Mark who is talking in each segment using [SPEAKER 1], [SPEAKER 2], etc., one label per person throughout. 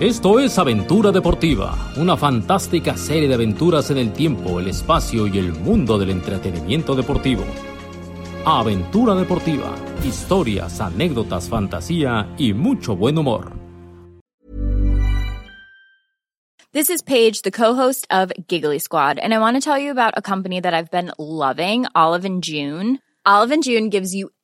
[SPEAKER 1] Esto es Aventura Deportiva, una fantástica serie de aventuras en el tiempo, el espacio y el mundo del entretenimiento deportivo. Aventura Deportiva, historias, anécdotas, fantasía y mucho buen humor.
[SPEAKER 2] This is Paige, the co-host of Giggly Squad, and I want to tell you about a company that I've been loving, Olive and June. Olive and June gives you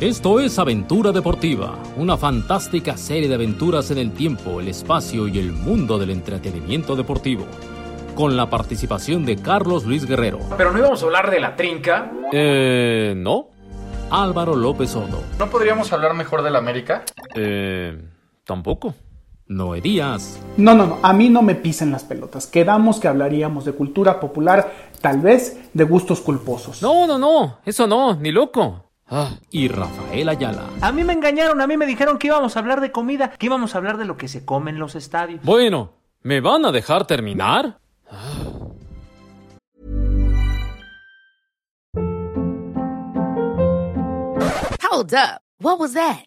[SPEAKER 1] Esto es Aventura Deportiva, una fantástica serie de aventuras en el tiempo, el espacio y el mundo del entretenimiento deportivo, con la participación de Carlos Luis Guerrero.
[SPEAKER 3] Pero no íbamos a hablar de la trinca.
[SPEAKER 4] Eh, no.
[SPEAKER 1] Álvaro López Odo.
[SPEAKER 3] ¿No podríamos hablar mejor de la América?
[SPEAKER 4] Eh, tampoco.
[SPEAKER 1] Noé Díaz.
[SPEAKER 5] No, no, no, a mí no me pisen las pelotas. Quedamos que hablaríamos de cultura popular, tal vez de gustos culposos.
[SPEAKER 4] No, no, no. Eso no, ni loco. Ah,
[SPEAKER 1] Y Rafael Ayala.
[SPEAKER 6] A mí me engañaron, a mí me dijeron que íbamos a hablar de comida, que íbamos a hablar de lo que se come en los estadios.
[SPEAKER 4] Bueno, ¿me van a dejar terminar?
[SPEAKER 7] Hold up. What was that?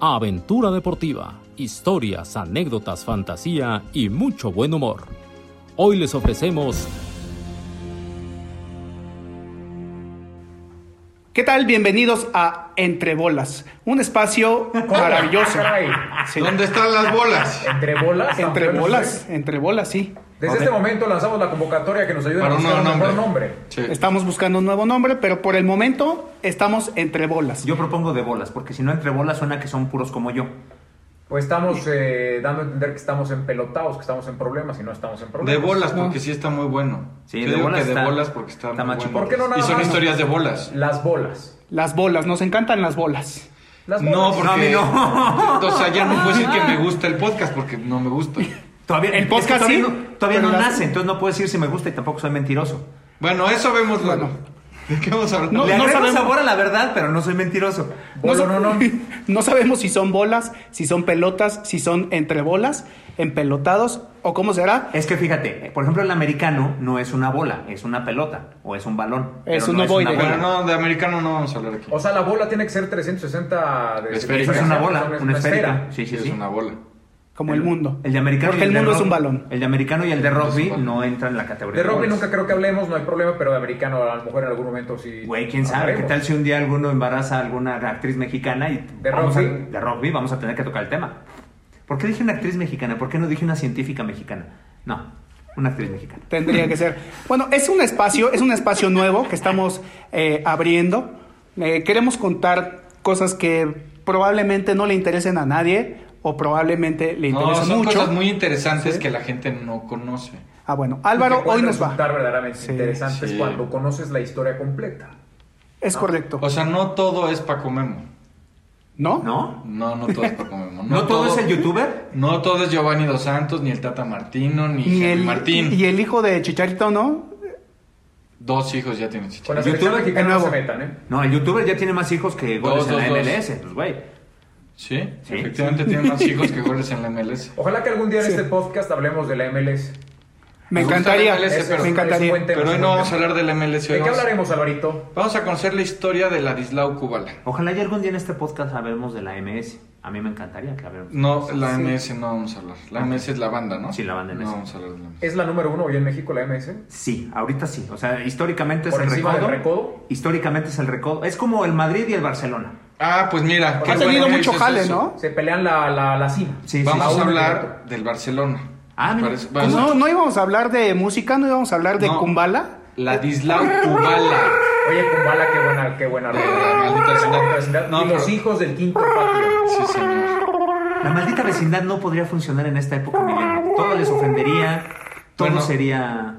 [SPEAKER 1] Aventura Deportiva, historias, anécdotas, fantasía y mucho buen humor. Hoy les ofrecemos
[SPEAKER 5] ¿Qué tal? Bienvenidos a Entre Bolas, un espacio maravilloso.
[SPEAKER 3] Ah, Caray.
[SPEAKER 5] Sí.
[SPEAKER 8] ¿Dónde están las bolas?
[SPEAKER 3] Entre bolas.
[SPEAKER 5] Entre
[SPEAKER 3] campeones,
[SPEAKER 5] bolas,
[SPEAKER 3] ¿eh?
[SPEAKER 5] entre bolas, sí.
[SPEAKER 3] Desde este momento lanzamos la convocatoria que nos ayude a
[SPEAKER 8] Para un
[SPEAKER 3] buscar un
[SPEAKER 8] nuevo
[SPEAKER 3] mejor
[SPEAKER 8] nombre.
[SPEAKER 3] nombre.
[SPEAKER 8] Sí.
[SPEAKER 5] Estamos buscando un nuevo nombre, pero por el momento estamos entre bolas.
[SPEAKER 9] Yo propongo de bolas, porque si no entre bolas suena que son puros como yo.
[SPEAKER 3] O estamos eh, dando a entender que estamos empelotados, que estamos en problemas y no estamos en
[SPEAKER 8] De
[SPEAKER 3] problemas.
[SPEAKER 8] bolas, porque sí está muy bueno.
[SPEAKER 9] Sí,
[SPEAKER 8] Yo
[SPEAKER 9] de
[SPEAKER 8] digo
[SPEAKER 9] bolas
[SPEAKER 8] que de
[SPEAKER 9] está-
[SPEAKER 8] bolas porque está,
[SPEAKER 9] está
[SPEAKER 8] muy
[SPEAKER 9] macho.
[SPEAKER 8] bueno.
[SPEAKER 3] ¿Por qué no nada
[SPEAKER 8] y son
[SPEAKER 3] más?
[SPEAKER 8] historias de bolas.
[SPEAKER 3] Las bolas.
[SPEAKER 5] Las bolas, nos encantan las bolas.
[SPEAKER 3] Las bolas.
[SPEAKER 8] No, porque...
[SPEAKER 9] a mí
[SPEAKER 8] O sea, ya no puedo decir que me gusta el podcast porque no me gusta.
[SPEAKER 9] Todavía,
[SPEAKER 5] El
[SPEAKER 9] es que
[SPEAKER 5] podcast
[SPEAKER 9] todavía
[SPEAKER 5] sí,
[SPEAKER 9] no, todavía
[SPEAKER 5] pero
[SPEAKER 9] no
[SPEAKER 5] las-
[SPEAKER 9] nace, entonces no puedo decir si me gusta y tampoco soy mentiroso.
[SPEAKER 8] Bueno, eso vemos luego. ¿De qué vamos a hablar?
[SPEAKER 5] No,
[SPEAKER 9] Le
[SPEAKER 5] no
[SPEAKER 9] agrego
[SPEAKER 5] sabemos.
[SPEAKER 9] sabor a la verdad, pero no soy mentiroso.
[SPEAKER 5] No,
[SPEAKER 3] Bolo, no,
[SPEAKER 5] sa-
[SPEAKER 3] no.
[SPEAKER 5] no sabemos si son bolas, si son pelotas, si son entre bolas, empelotados o cómo será.
[SPEAKER 9] Es que fíjate, por ejemplo, el americano no es una bola, es una pelota o es un balón.
[SPEAKER 5] Es
[SPEAKER 9] pero
[SPEAKER 5] un
[SPEAKER 9] no
[SPEAKER 5] ovoide.
[SPEAKER 9] bola.
[SPEAKER 8] Bueno, no, de americano no vamos a hablar aquí.
[SPEAKER 3] O sea, la bola tiene que ser 360 de
[SPEAKER 8] Esférica.
[SPEAKER 9] Es una bola,
[SPEAKER 3] Es
[SPEAKER 9] una esférica. Sí, sí,
[SPEAKER 8] es
[SPEAKER 9] sí.
[SPEAKER 8] una bola.
[SPEAKER 5] Como el, mundo.
[SPEAKER 9] El de americano.
[SPEAKER 5] Porque
[SPEAKER 9] y
[SPEAKER 5] el
[SPEAKER 9] de
[SPEAKER 5] mundo es
[SPEAKER 9] rug-
[SPEAKER 5] un balón.
[SPEAKER 9] El de americano y el de rugby
[SPEAKER 8] balón.
[SPEAKER 9] no entran en la categoría.
[SPEAKER 3] De rugby
[SPEAKER 9] bolas.
[SPEAKER 3] nunca creo que hablemos, no hay problema, pero de americano a lo mejor en algún momento sí.
[SPEAKER 9] Güey, quién sabe, ¿qué
[SPEAKER 3] hablaremos.
[SPEAKER 9] tal si un día alguno embaraza a alguna actriz mexicana y
[SPEAKER 3] ¿De
[SPEAKER 9] vamos a-
[SPEAKER 3] rugby?
[SPEAKER 9] de rugby vamos a tener que tocar el tema? ¿Por qué dije una actriz mexicana? ¿Por qué no dije una científica mexicana? No, una actriz mexicana.
[SPEAKER 5] Tendría que ser. Bueno, es un espacio, es un espacio nuevo que estamos eh, abriendo. Eh, queremos contar cosas que probablemente no le interesen a nadie o probablemente le
[SPEAKER 8] No,
[SPEAKER 5] interesen
[SPEAKER 8] son
[SPEAKER 5] mucho.
[SPEAKER 8] cosas muy interesantes que la gente no conoce.
[SPEAKER 5] Ah, bueno, Álvaro
[SPEAKER 3] Porque
[SPEAKER 5] hoy
[SPEAKER 3] pueden
[SPEAKER 5] nos va.
[SPEAKER 3] resultar verdaderamente
[SPEAKER 5] Sí,
[SPEAKER 3] interesantes
[SPEAKER 8] sí.
[SPEAKER 3] cuando conoces la historia completa.
[SPEAKER 5] Es correcto.
[SPEAKER 8] O sea, no todo es para comemos.
[SPEAKER 5] ¿No?
[SPEAKER 9] ¿No?
[SPEAKER 8] No, no todo es para comemos.
[SPEAKER 9] ¿No, todo, es el youtuber?
[SPEAKER 8] No todo es Giovanni Dos Santos, ni el Tata Martino, ni,
[SPEAKER 5] Y
[SPEAKER 8] Henry
[SPEAKER 5] el,
[SPEAKER 8] Martín.
[SPEAKER 5] y el hijo de Chicharito, ¿no?
[SPEAKER 8] Dos hijos ya tienen chicharo.
[SPEAKER 3] Con la selección
[SPEAKER 9] YouTube,
[SPEAKER 3] mexicana
[SPEAKER 5] de
[SPEAKER 3] no se
[SPEAKER 5] nuevo.
[SPEAKER 3] metan, ¿eh?
[SPEAKER 9] No, el youtuber ya tiene más hijos que goles
[SPEAKER 8] Dos,
[SPEAKER 9] en la
[SPEAKER 8] dos, dos.
[SPEAKER 9] MLS, pues güey.
[SPEAKER 8] Sí,
[SPEAKER 9] Sí.
[SPEAKER 8] efectivamente tienen más hijos que goles en la MLS.
[SPEAKER 3] Ojalá que algún día en este podcast hablemos de la MLS.
[SPEAKER 5] Me
[SPEAKER 8] gusta
[SPEAKER 5] encantaría.
[SPEAKER 8] el MLS,
[SPEAKER 5] es-
[SPEAKER 8] pero-
[SPEAKER 5] me encantaría.
[SPEAKER 3] es un buen tema,
[SPEAKER 8] Pero hoy
[SPEAKER 3] es un
[SPEAKER 8] no
[SPEAKER 3] buen
[SPEAKER 8] vamos a
[SPEAKER 3] tema.
[SPEAKER 8] hablar del MLS. hoy
[SPEAKER 3] ¿De qué
[SPEAKER 8] vamos,
[SPEAKER 3] hablaremos, Alvarito?
[SPEAKER 8] vamos a conocer la historia de Ladislao Kubala.
[SPEAKER 9] Ojalá y algún día en este podcast hablemos de la MS. A mí me encantaría que hablemos.
[SPEAKER 8] No, la MS no vamos a hablar. La MS es la banda, ¿no?
[SPEAKER 9] Sí, la banda MS.
[SPEAKER 8] No vamos a hablar de la MS.
[SPEAKER 3] ¿Es la número uno hoy en México, la MS?
[SPEAKER 9] Sí, ahorita sí. O sea, históricamente es
[SPEAKER 3] ¿Por
[SPEAKER 9] el
[SPEAKER 3] encima
[SPEAKER 9] recodo.
[SPEAKER 3] del recodo?
[SPEAKER 9] Históricamente es el recodo. Es como el Madrid y el Barcelona.
[SPEAKER 8] Ah, pues mira. qué
[SPEAKER 5] Ha
[SPEAKER 8] bueno
[SPEAKER 5] tenido
[SPEAKER 8] que
[SPEAKER 5] mucho
[SPEAKER 8] dices
[SPEAKER 5] jale,
[SPEAKER 8] eso.
[SPEAKER 5] ¿no?
[SPEAKER 3] Se pelean la, la, la cima.
[SPEAKER 9] Sí, sí,
[SPEAKER 8] Vamos
[SPEAKER 9] sí.
[SPEAKER 8] a hablar del Barcelona.
[SPEAKER 9] Ah, mira.
[SPEAKER 8] Parece-
[SPEAKER 5] Pues
[SPEAKER 8] vamos-
[SPEAKER 5] No, no íbamos a hablar de música, no íbamos a hablar de
[SPEAKER 8] No.
[SPEAKER 5] Kumbala.
[SPEAKER 8] Ladislao Kubala.
[SPEAKER 3] Oye, Kumbala, qué buena, qué buena rola.
[SPEAKER 8] maldita vecindad.
[SPEAKER 3] Maldita vecindad.
[SPEAKER 8] No,
[SPEAKER 3] y los
[SPEAKER 8] pero-
[SPEAKER 3] hijos del quinto patio.
[SPEAKER 8] Sí, señor.
[SPEAKER 9] La maldita vecindad no podría funcionar en esta época, Miguel. Todo les ofendería. Todo
[SPEAKER 8] Bueno.
[SPEAKER 9] sería.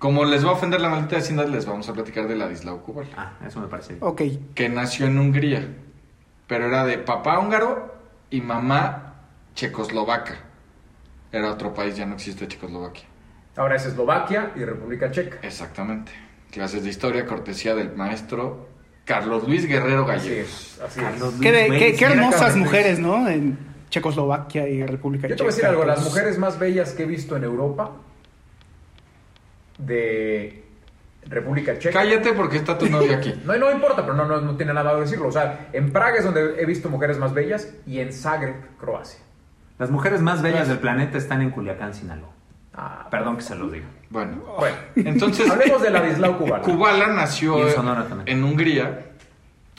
[SPEAKER 8] Como les va a ofender la maldita vecindad, les vamos a platicar de Ladislao Kubala.
[SPEAKER 9] Ah, eso me parece. bien.
[SPEAKER 5] Ok.
[SPEAKER 8] que nació en Hungría, pero era de papá húngaro y mamá checoslovaca. Era otro país, ya no existe Checoslovaquia.
[SPEAKER 3] Ahora es Eslovaquia y República Checa.
[SPEAKER 8] Exactamente. Clases de historia, cortesía del maestro Carlos Luis Guerrero
[SPEAKER 3] Así
[SPEAKER 8] Gallegos.
[SPEAKER 3] es, así
[SPEAKER 9] Carlos
[SPEAKER 3] es.
[SPEAKER 5] Qué, de-
[SPEAKER 9] Luis
[SPEAKER 5] qué-
[SPEAKER 9] Vélez,
[SPEAKER 5] qué
[SPEAKER 9] mira,
[SPEAKER 5] hermosas
[SPEAKER 3] cabrón,
[SPEAKER 5] mujeres, ¿no? En Checoslovaquia y República
[SPEAKER 3] Yo te voy a decir
[SPEAKER 5] Checa,
[SPEAKER 3] algo, las
[SPEAKER 5] todos.
[SPEAKER 3] mujeres más bellas que he visto en Europa de República Checa.
[SPEAKER 8] Cállate porque está tu novio aquí.
[SPEAKER 3] No, no importa, pero no, no, no tiene nada que decirlo. O sea, en Praga es donde he visto mujeres más bellas y en Zagreb, Croacia.
[SPEAKER 9] Las mujeres más bellas del planeta están en Culiacán, Sinaloa.
[SPEAKER 3] Ah,
[SPEAKER 9] Perdón que se los diga.
[SPEAKER 8] Bueno,
[SPEAKER 3] bueno,
[SPEAKER 8] entonces...
[SPEAKER 3] hablemos de Ladislao Kubala.
[SPEAKER 8] Kubala
[SPEAKER 9] Y
[SPEAKER 8] nació
[SPEAKER 9] en
[SPEAKER 8] en,
[SPEAKER 9] Sonora también.
[SPEAKER 8] Hungría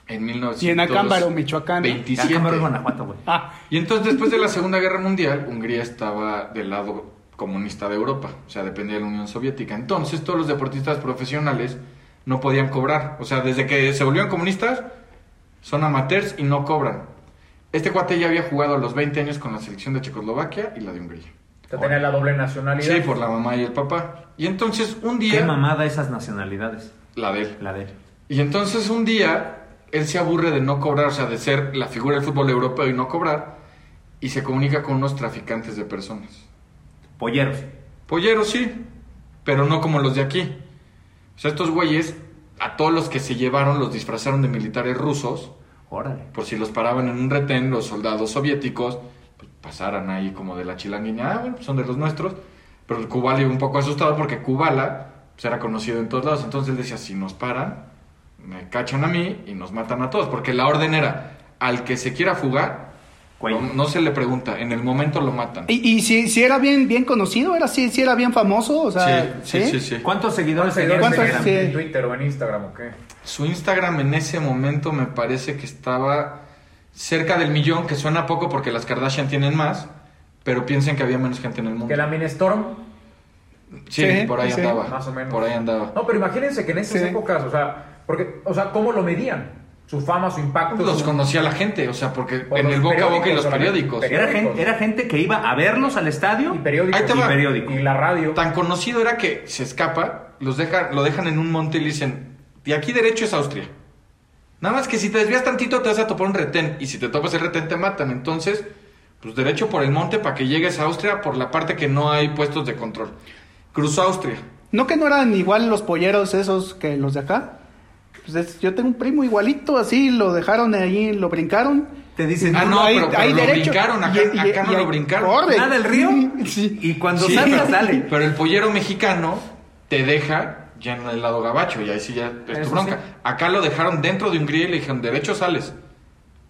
[SPEAKER 8] en 1927.
[SPEAKER 5] Y en Acámbaro, Michoacán.
[SPEAKER 9] Acámbaro, Guanajuato, güey.
[SPEAKER 5] Ah,
[SPEAKER 8] Y entonces después de la Segunda Guerra Mundial, Hungría estaba del lado comunista de Europa, o sea, dependía de la Unión Soviética. Entonces todos los deportistas profesionales no podían cobrar, o sea, desde que se volvieron comunistas, son amateurs y no cobran. Este cuate ya había jugado a los 20 años con la selección de Checoslovaquia y la de Hungría.
[SPEAKER 3] o sea, tenía la doble nacionalidad.
[SPEAKER 8] Sí, por la mamá y el papá. Y entonces un
[SPEAKER 9] Qué
[SPEAKER 8] día...
[SPEAKER 9] mamada esas nacionalidades.
[SPEAKER 8] La de él.
[SPEAKER 9] La de él.
[SPEAKER 8] Y entonces un día él se aburre de no cobrar, o sea, de ser la figura del fútbol europeo y no cobrar, y se comunica con unos traficantes de personas.
[SPEAKER 9] Polleros.
[SPEAKER 8] Polleros sí, pero no como los de aquí. O sea, estos güeyes, a todos los que se llevaron, los disfrazaron de militares rusos,
[SPEAKER 9] Órale.
[SPEAKER 8] por si los paraban en un retén, los soldados soviéticos, pues pasaran ahí como de la chilangueña, ah, bueno, pues son de los nuestros. Pero el Kubala iba un poco asustado porque Kubala pues, era conocido en todos lados. Entonces él decía, si nos paran, me cachan a mí y nos matan a todos. Porque la orden era, al que se quiera fugar,
[SPEAKER 9] Cuello.
[SPEAKER 8] no, no se le pregunta, en el momento lo matan.
[SPEAKER 5] y, y si, si era bien, bien conocido, era si, si era bien famoso, o sea,
[SPEAKER 8] sí, sí, sí, sí.
[SPEAKER 9] ¿Cuántos seguidores
[SPEAKER 3] Seguidores
[SPEAKER 9] tenías en
[SPEAKER 5] ¿Cuántos?
[SPEAKER 9] Instagram?
[SPEAKER 5] Sí.
[SPEAKER 3] en Twitter o en Instagram o qué?
[SPEAKER 8] Su Instagram en ese momento me parece que estaba cerca del millón, que suena poco porque las Kardashian tienen más, pero piensen que había menos gente en el mundo.
[SPEAKER 3] Que la Minestorm
[SPEAKER 8] Sí,
[SPEAKER 5] Sí,
[SPEAKER 8] por ahí
[SPEAKER 5] sí.
[SPEAKER 8] andaba.
[SPEAKER 3] Más o menos.
[SPEAKER 8] Por ahí andaba.
[SPEAKER 3] No, pero imagínense que en esas
[SPEAKER 5] Sí.
[SPEAKER 3] épocas, o sea, porque, o sea, ¿cómo lo medían? Su fama, su impacto.
[SPEAKER 8] los
[SPEAKER 3] su-
[SPEAKER 8] conocía la gente, o sea, porque
[SPEAKER 3] pues, Por
[SPEAKER 8] en
[SPEAKER 3] los
[SPEAKER 8] el boca a boca y
[SPEAKER 3] periódicos
[SPEAKER 8] los
[SPEAKER 3] solamente.
[SPEAKER 8] periódicos.
[SPEAKER 3] Pero-
[SPEAKER 9] Era gente, era gente que iba a verlos al estadio.
[SPEAKER 3] Y periódicos.
[SPEAKER 8] Ahí te va.
[SPEAKER 3] Y periódico. Y la radio.
[SPEAKER 8] Tan conocido era que se escapa, los deja, lo dejan en un monte y le dicen, de aquí derecho es Austria. Nada más que si te desvías tantito te vas a topar un retén y si te topas el retén te matan. Entonces, pues derecho por el monte para que llegues a Austria por la parte que no hay puestos de control. Cruzó Austria.
[SPEAKER 5] ¿No que no eran igual los polleros esos que los de acá? Pues es- yo tengo un primo igualito, así, lo dejaron ahí, lo brincaron.
[SPEAKER 9] Te dicen,
[SPEAKER 8] Ah, no,
[SPEAKER 5] Ahí-
[SPEAKER 8] pero, pero
[SPEAKER 5] ahí
[SPEAKER 8] lo
[SPEAKER 5] derecho.
[SPEAKER 8] brincaron, acá,
[SPEAKER 5] Y- y-
[SPEAKER 8] acá no
[SPEAKER 5] y-
[SPEAKER 8] lo brincaron.
[SPEAKER 5] corre.
[SPEAKER 9] nada del río.
[SPEAKER 5] Sí.
[SPEAKER 9] Y cuando
[SPEAKER 8] Sí.
[SPEAKER 9] salga, sale.
[SPEAKER 8] Pero el pollero mexicano te deja ya en el lado gabacho, y ahí sí ya es
[SPEAKER 9] Eso
[SPEAKER 8] tu bronca.
[SPEAKER 9] sí.
[SPEAKER 8] Acá lo dejaron dentro de Hungría y le dijeron, derecho sales.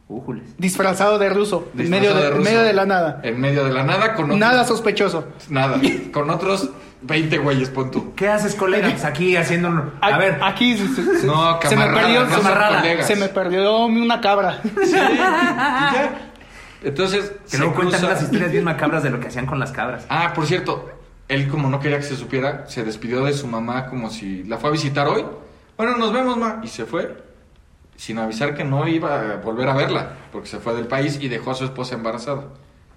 [SPEAKER 9] Újules.
[SPEAKER 5] Disfrazado de ruso, en
[SPEAKER 8] Disfrazado
[SPEAKER 5] medio de, en
[SPEAKER 8] ruso.
[SPEAKER 5] medio de la nada.
[SPEAKER 8] En medio de la nada, con otros-
[SPEAKER 5] Nada sospechoso.
[SPEAKER 8] Nada. Con otros 20 güeyes, pon tú.
[SPEAKER 9] ¿Qué haces, colegas? Aquí haciendo. un- A, ver,
[SPEAKER 5] aquí se, se- se-
[SPEAKER 8] No,
[SPEAKER 5] se me
[SPEAKER 8] camarada,
[SPEAKER 5] perdió,
[SPEAKER 8] no
[SPEAKER 5] se
[SPEAKER 8] son
[SPEAKER 9] camarada.
[SPEAKER 8] colegas.
[SPEAKER 5] se me perdió una cabra.
[SPEAKER 8] Sí, y ya. Entonces,
[SPEAKER 9] que
[SPEAKER 8] se
[SPEAKER 9] luego cuentan
[SPEAKER 8] cruza-
[SPEAKER 9] las historias bien macabras de lo que hacían con las cabras.
[SPEAKER 8] Ah, por cierto, él como no quería que se supiera, se despidió de su mamá como si la fue a visitar hoy. Bueno, nos vemos, ma. Y se fue sin avisar que no iba a volver a verla, porque se fue del país y dejó a su esposa embarazada.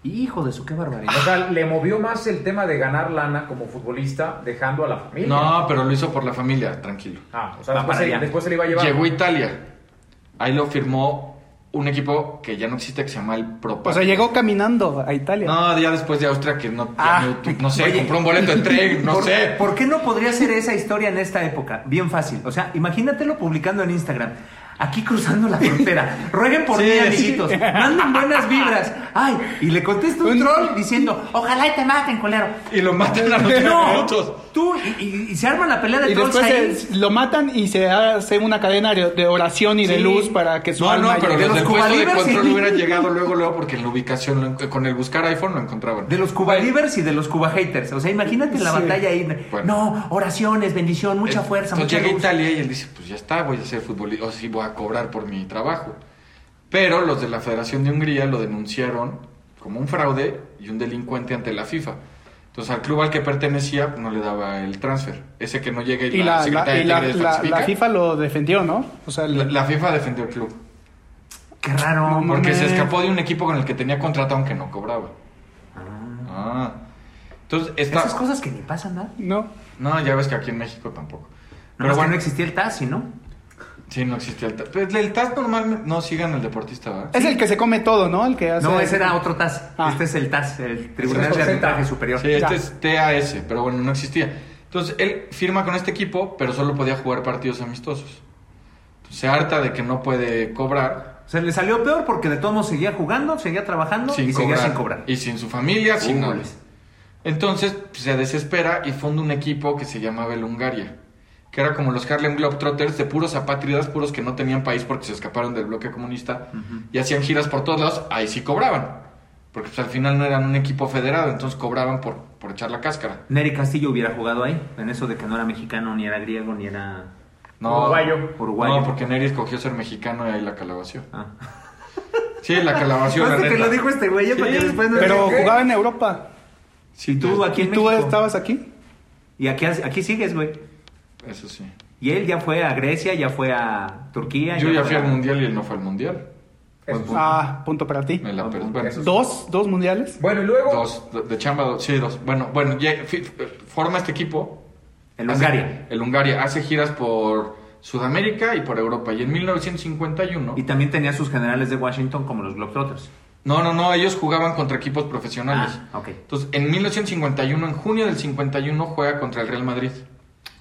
[SPEAKER 9] Hijo de su, qué barbaridad.
[SPEAKER 8] Ah,
[SPEAKER 3] O sea, le movió más el tema de ganar lana como futbolista dejando a la familia.
[SPEAKER 8] No, pero lo hizo por la familia, tranquilo.
[SPEAKER 3] Ah, o sea,
[SPEAKER 9] Va
[SPEAKER 3] después
[SPEAKER 9] para
[SPEAKER 3] se,
[SPEAKER 9] allá.
[SPEAKER 3] después se le iba a llevar.
[SPEAKER 8] Llegó a Italia. Ahí lo firmó un equipo que ya no existe que se llama el Pro
[SPEAKER 5] O sea,
[SPEAKER 8] Patria.
[SPEAKER 5] llegó caminando a Italia.
[SPEAKER 8] No, ya después de Austria que no, ya
[SPEAKER 5] Ah.
[SPEAKER 8] no, no sé,
[SPEAKER 9] Oye.
[SPEAKER 8] compró un boleto de tren, no
[SPEAKER 9] ¿Por,
[SPEAKER 8] sé.
[SPEAKER 9] ¿Por qué no podría ser esa historia en esta época? Bien fácil. O sea, imagínatelo publicando en Instagram. Aquí cruzando la frontera. Rueguen por mí, amiguitos. Manden buenas vibras. Ay, y le contesto un troll diciendo, ojalá y te maten, colero.
[SPEAKER 8] Y lo matan a los diez
[SPEAKER 9] No,
[SPEAKER 8] minutos.
[SPEAKER 9] tú, y, y- y se arma la pelea de
[SPEAKER 5] Y
[SPEAKER 9] trolls
[SPEAKER 5] después
[SPEAKER 9] ahí.
[SPEAKER 5] se- lo matan y se hace una cadena de de oración y de
[SPEAKER 9] Sí.
[SPEAKER 5] luz para que su
[SPEAKER 8] No, no,
[SPEAKER 5] alma
[SPEAKER 8] pero
[SPEAKER 5] llegue.
[SPEAKER 9] los
[SPEAKER 8] los del puesto de
[SPEAKER 9] Cubalibers,
[SPEAKER 8] control
[SPEAKER 9] sí.
[SPEAKER 8] hubieran llegado luego, luego, porque en la ubicación, lo en- con el buscar iPhone lo encontraban.
[SPEAKER 9] De los cubalivers y de los cubahaters. O sea, imagínate la
[SPEAKER 5] Sí.
[SPEAKER 9] batalla ahí.
[SPEAKER 8] Bueno.
[SPEAKER 9] No, oraciones, bendición, mucha fuerza,
[SPEAKER 8] Eh,
[SPEAKER 9] mucha
[SPEAKER 8] Entonces llega
[SPEAKER 9] luz.
[SPEAKER 8] Italia y él dice, pues ya está, voy a ser futbolista, o sí, voy a cobrar por mi trabajo. Pero los de la Federación de Hungría lo denunciaron como un fraude y un delincuente ante la FIFA. Entonces al club al que pertenecía no le daba el transfer. Ese que no llega y,
[SPEAKER 5] Y
[SPEAKER 8] la,
[SPEAKER 5] la, la-
[SPEAKER 8] Secretaría
[SPEAKER 5] y la-
[SPEAKER 8] de Tigres
[SPEAKER 5] la-
[SPEAKER 8] falsifica.
[SPEAKER 5] la FIFA lo defendió, ¿no? O sea, el-
[SPEAKER 8] La- la FIFA defendió el club.
[SPEAKER 9] Qué raro.
[SPEAKER 5] No,
[SPEAKER 8] Porque se
[SPEAKER 5] mames.
[SPEAKER 8] escapó de un equipo con el que tenía contrato aunque no cobraba. Ah. Entonces está...
[SPEAKER 9] Esas cosas que ni pasan nada.
[SPEAKER 5] ¿no?
[SPEAKER 8] No, ya ves que aquí en México tampoco.
[SPEAKER 9] Pero
[SPEAKER 8] Pero
[SPEAKER 9] bueno,
[SPEAKER 8] bueno,
[SPEAKER 9] no existía el taxi, ¿no?
[SPEAKER 8] sí, no existía el TAS. Pero El TAS normalmente... No, sigan el deportista, ¿verdad?
[SPEAKER 5] Es el que se come todo, ¿no? El que hace...
[SPEAKER 9] No, ese era otro TAS.
[SPEAKER 5] Ah.
[SPEAKER 9] Este es el TAS, el Tribunal
[SPEAKER 3] Ese
[SPEAKER 9] de
[SPEAKER 3] es
[SPEAKER 9] Arbitraje
[SPEAKER 3] Z.
[SPEAKER 9] Superior.
[SPEAKER 8] Sí,
[SPEAKER 5] Ya.
[SPEAKER 8] este es TAS, pero bueno, no existía. Entonces, él firma con este equipo, pero solo podía jugar partidos amistosos. Entonces, se harta de que no puede cobrar
[SPEAKER 9] O sea, le salió peor porque de todos modos seguía jugando, seguía trabajando
[SPEAKER 8] sin
[SPEAKER 9] y
[SPEAKER 8] cobrar.
[SPEAKER 9] seguía sin cobrar.
[SPEAKER 8] Y sin su familia, sin nada.
[SPEAKER 9] Híjoles.
[SPEAKER 8] Entonces, pues, se desespera y funda un equipo que se llamaba el Hungaria. Que era como los Harlem Globetrotters de puros apátridas, puros que no tenían país porque se escaparon del bloque comunista. Y hacían giras por todos lados, ahí sí cobraban. Porque pues, al final no eran un equipo federado, entonces cobraban por, por echar la cáscara.
[SPEAKER 9] Nery Castillo hubiera jugado ahí, en eso de que no era mexicano, ni era griego, ni era
[SPEAKER 8] No,
[SPEAKER 3] Uruguayo.
[SPEAKER 9] uruguayo.
[SPEAKER 8] No, porque Neri escogió ser mexicano y ahí la calabació.
[SPEAKER 9] Ah.
[SPEAKER 8] Sí, la calabació. la
[SPEAKER 9] Conste que
[SPEAKER 8] neta.
[SPEAKER 9] lo dijo este güey,
[SPEAKER 8] Sí,
[SPEAKER 9] para que después no
[SPEAKER 5] Pero
[SPEAKER 9] diga,
[SPEAKER 5] jugaba en Europa.
[SPEAKER 9] ¿Y tú aquí
[SPEAKER 5] ¿Y
[SPEAKER 9] en
[SPEAKER 5] tú
[SPEAKER 9] México?
[SPEAKER 5] estabas aquí?
[SPEAKER 9] Y aquí, has- aquí sigues, güey.
[SPEAKER 8] Eso sí.
[SPEAKER 9] Y él ya fue a Grecia, ya fue a Turquía.
[SPEAKER 8] Yo ya
[SPEAKER 9] fue
[SPEAKER 8] fui
[SPEAKER 9] a-
[SPEAKER 8] al mundial y él no fue al mundial.
[SPEAKER 3] Eso sí.
[SPEAKER 5] Ah, punto para ti.
[SPEAKER 8] Me la perdí. Bueno,
[SPEAKER 3] Eso
[SPEAKER 5] ¿Dos? ¿Dos mundiales?
[SPEAKER 3] Bueno, y luego.
[SPEAKER 8] dos, de- de chamba, dos. Sí, dos. Bueno, bueno, ya fi- forma este equipo.
[SPEAKER 9] En
[SPEAKER 8] Hace-
[SPEAKER 9] Hungaria.
[SPEAKER 8] El Hungaria. Hace giras por Sudamérica y por Europa. Y en 1951.
[SPEAKER 9] Y también tenía sus generales de Washington como los Globetrotters.
[SPEAKER 8] No, no, no, ellos jugaban contra equipos profesionales.
[SPEAKER 9] Ah, ok.
[SPEAKER 8] Entonces, en 1951, en junio del 51, juega contra el Real Madrid.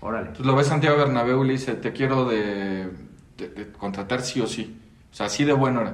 [SPEAKER 9] Órale.
[SPEAKER 8] Entonces lo ve Santiago Bernabéu y le dice, te quiero de, de- de contratar sí o sí. O sea, así de bueno era.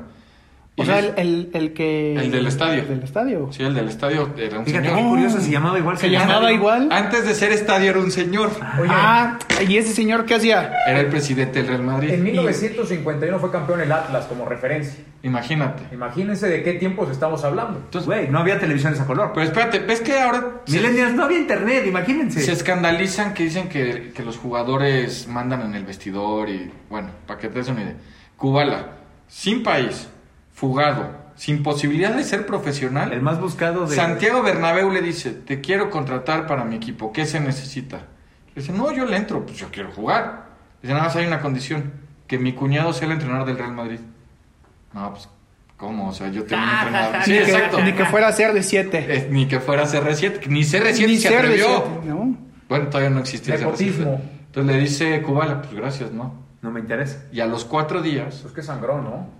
[SPEAKER 8] Y
[SPEAKER 5] O sea,
[SPEAKER 8] le-
[SPEAKER 5] el, el, el que...
[SPEAKER 8] El del estadio.
[SPEAKER 5] El del estadio.
[SPEAKER 8] Sí, el del estadio era un
[SPEAKER 9] Fíjate qué
[SPEAKER 8] señor.
[SPEAKER 9] curioso, se llamaba igual
[SPEAKER 5] ¿Se
[SPEAKER 9] que el
[SPEAKER 5] llamaba
[SPEAKER 9] estadio.
[SPEAKER 5] igual?
[SPEAKER 8] Antes de ser estadio era un señor.
[SPEAKER 3] Oye,
[SPEAKER 5] Ah, ¿y ese señor qué hacía?
[SPEAKER 8] Era el presidente del Real
[SPEAKER 3] en
[SPEAKER 8] Madrid.
[SPEAKER 3] 1951 fue campeón el Atlas como referencia.
[SPEAKER 8] Imagínate.
[SPEAKER 3] Imagínense de qué tiempos estamos hablando.
[SPEAKER 9] Güey, no había televisiones a color.
[SPEAKER 8] Pero espérate, ¿ves que ahora se,
[SPEAKER 9] Millennials, no había internet, imagínense.
[SPEAKER 8] se escandalizan que dicen que, que los jugadores mandan en el vestidor y bueno, para que te des una idea. Kubala, sin país, fugado, sin posibilidad de ser profesional.
[SPEAKER 9] El más buscado de...
[SPEAKER 8] Santiago Bernabéu le dice, te quiero contratar para mi equipo, ¿qué se necesita? Le dice, no, yo le entro, pues yo quiero jugar. Le dice, nada más hay una condición, que mi cuñado sea el entrenador del Real Madrid. No, pues, ¿cómo? O sea, yo tengo un
[SPEAKER 5] Ah,
[SPEAKER 8] entrenador. Sí,
[SPEAKER 5] ni, que,
[SPEAKER 8] exacto.
[SPEAKER 5] ni que fuera a ser de siete.
[SPEAKER 8] Eh, ni que fuera CR7, ni CR7
[SPEAKER 5] ni
[SPEAKER 8] se
[SPEAKER 5] ser de
[SPEAKER 8] atrevió.
[SPEAKER 5] siete, ¿no?
[SPEAKER 8] Bueno, todavía no existía
[SPEAKER 3] Nepotismo.
[SPEAKER 8] CR7. Entonces le dice Kubala, pues gracias, ¿no?
[SPEAKER 9] No me interesa.
[SPEAKER 8] Y a los cuatro días,
[SPEAKER 3] Pues qué sangrón, ¿no?